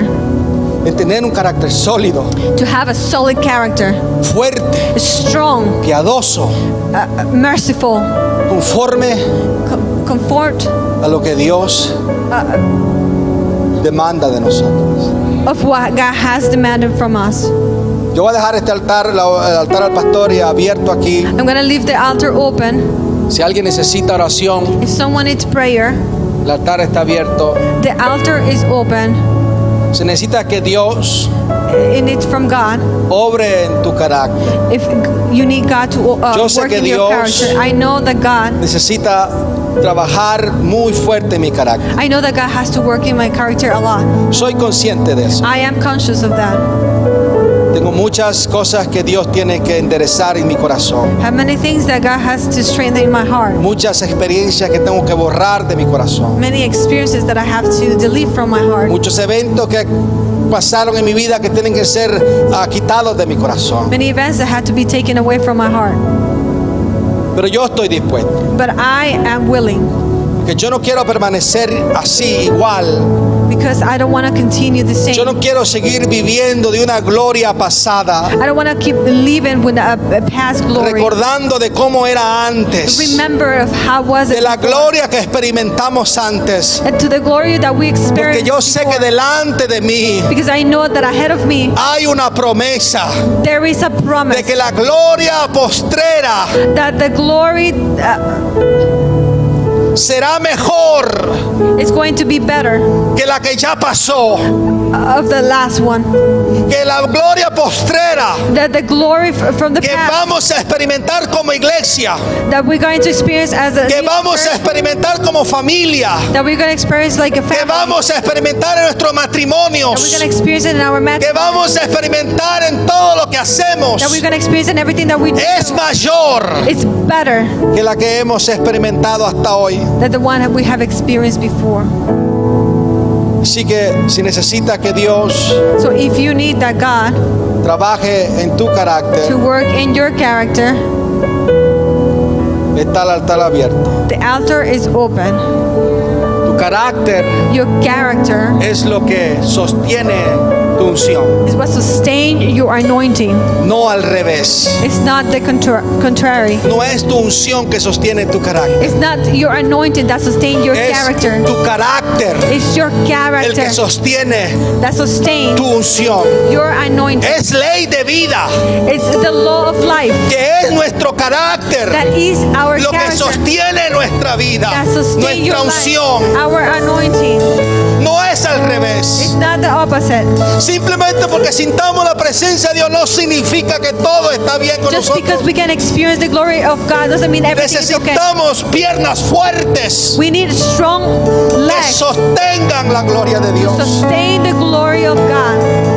Speaker 2: en tener un carácter sólido,
Speaker 3: to have a solid character,
Speaker 2: fuerte,
Speaker 3: strong,
Speaker 2: piadoso,
Speaker 3: uh, merciful,
Speaker 2: conforme
Speaker 3: co- comfort
Speaker 2: a lo que Dios demanda de nosotros.
Speaker 3: of what God has demanded from us.
Speaker 2: Yo voy a dejar este altar, la- el altar al pastor y abierto aquí.
Speaker 3: I'm going to leave the altar open.
Speaker 2: Si alguien necesita oración,
Speaker 3: If someone needs prayer,
Speaker 2: el altar está abierto.
Speaker 3: the altar is open.
Speaker 2: Se necesita que Dios
Speaker 3: It needs from God.
Speaker 2: obre en tu carácter.
Speaker 3: If you need God to uh,
Speaker 2: Yo sé
Speaker 3: work
Speaker 2: que
Speaker 3: in your
Speaker 2: Dios-
Speaker 3: character, I know that God
Speaker 2: Necesita trabajar muy fuerte mi carácter.
Speaker 3: I know that God has to work in my character a lot.
Speaker 2: Soy consciente de eso.
Speaker 3: I am conscious of that.
Speaker 2: Tengo muchas cosas que Dios tiene que enderezar en mi corazón.
Speaker 3: I have many things that God has to strengthen in my heart.
Speaker 2: Muchas experiencias que tengo que borrar de mi corazón.
Speaker 3: Many experiences that I have to delete from my heart.
Speaker 2: Muchos eventos que pasaron en mi vida que tienen que ser ah, quitados de mi corazón.
Speaker 3: Many events that had to be taken away from my heart.
Speaker 2: Pero yo estoy dispuesto.
Speaker 3: But I am willing
Speaker 2: Que yo no quiero permanecer así igual.
Speaker 3: because I don't want to continue the
Speaker 2: Yo
Speaker 3: same.
Speaker 2: no quiero seguir viviendo de una gloria pasada.
Speaker 3: I don't want to keep living with a, a past glory.
Speaker 2: recordando de cómo era antes,
Speaker 3: Remember of how was
Speaker 2: de
Speaker 3: it
Speaker 2: la gloria que experimentamos antes,
Speaker 3: and to the glory that we
Speaker 2: porque
Speaker 3: experienced.
Speaker 2: yo sé que
Speaker 3: before.
Speaker 2: delante de mí
Speaker 3: because I know that ahead of me
Speaker 2: hay una promesa
Speaker 3: there is a promise
Speaker 2: de que la gloria postrera
Speaker 3: that the glory uh,
Speaker 2: será mejor
Speaker 3: is going to be better
Speaker 2: que la que ya pasó,
Speaker 3: of the last one.
Speaker 2: que la gloria postrera
Speaker 3: That the glory f- from the
Speaker 2: que
Speaker 3: past
Speaker 2: vamos a experimentar como iglesia,
Speaker 3: that we're going to experience as a
Speaker 2: que
Speaker 3: new
Speaker 2: vamos a
Speaker 3: church,
Speaker 2: experimentar como familia,
Speaker 3: that we're going to experience like a
Speaker 2: que
Speaker 3: family.
Speaker 2: vamos a experimentar en nuestros
Speaker 3: that we're
Speaker 2: matrimonios,
Speaker 3: going to experience it in our marriage.
Speaker 2: que vamos a experimentar en todo lo que hacemos.
Speaker 3: That we're going to experience in everything that we do.
Speaker 2: es mayor
Speaker 3: It's better
Speaker 2: que la que hemos experimentado hasta hoy.
Speaker 3: than the one that we have experienced before.
Speaker 2: Así que si necesitas que Dios
Speaker 3: So if you need that God
Speaker 2: trabaje en tu
Speaker 3: to
Speaker 2: carácter,
Speaker 3: work in your character,
Speaker 2: está el altar abierto.
Speaker 3: the altar is open.
Speaker 2: Tu carácter
Speaker 3: Your character
Speaker 2: es lo que sostiene tu unción,
Speaker 3: is what sustains your anointing.
Speaker 2: no al revés.
Speaker 3: It's not the contra- contrary.
Speaker 2: No es tu unción que sostiene tu carácter,
Speaker 3: It's not your anointing that sustains your
Speaker 2: es
Speaker 3: character.
Speaker 2: tu carácter
Speaker 3: It's your
Speaker 2: el
Speaker 3: character
Speaker 2: que sostiene
Speaker 3: that sustains
Speaker 2: tu unción.
Speaker 3: your anointing.
Speaker 2: Es ley de vida,
Speaker 3: It's the law of life
Speaker 2: que es nuestro carácter.
Speaker 3: that is our
Speaker 2: lo que
Speaker 3: character
Speaker 2: sostiene nuestra vida,
Speaker 3: that sustains your
Speaker 2: nuestra
Speaker 3: life.
Speaker 2: unción,
Speaker 3: Our anointing.
Speaker 2: no es al
Speaker 3: It's
Speaker 2: revés.
Speaker 3: not the opposite.
Speaker 2: Simplemente porque sintamos la presencia de Dios no significa que todo está bien con
Speaker 3: Just
Speaker 2: nosotros.
Speaker 3: because we can experience the glory of God doesn't mean everything is okay.
Speaker 2: Necesitamos piernas fuertes
Speaker 3: We need strong
Speaker 2: que
Speaker 3: legs
Speaker 2: sostengan la gloria de
Speaker 3: to
Speaker 2: Dios.
Speaker 3: sustain the glory of God.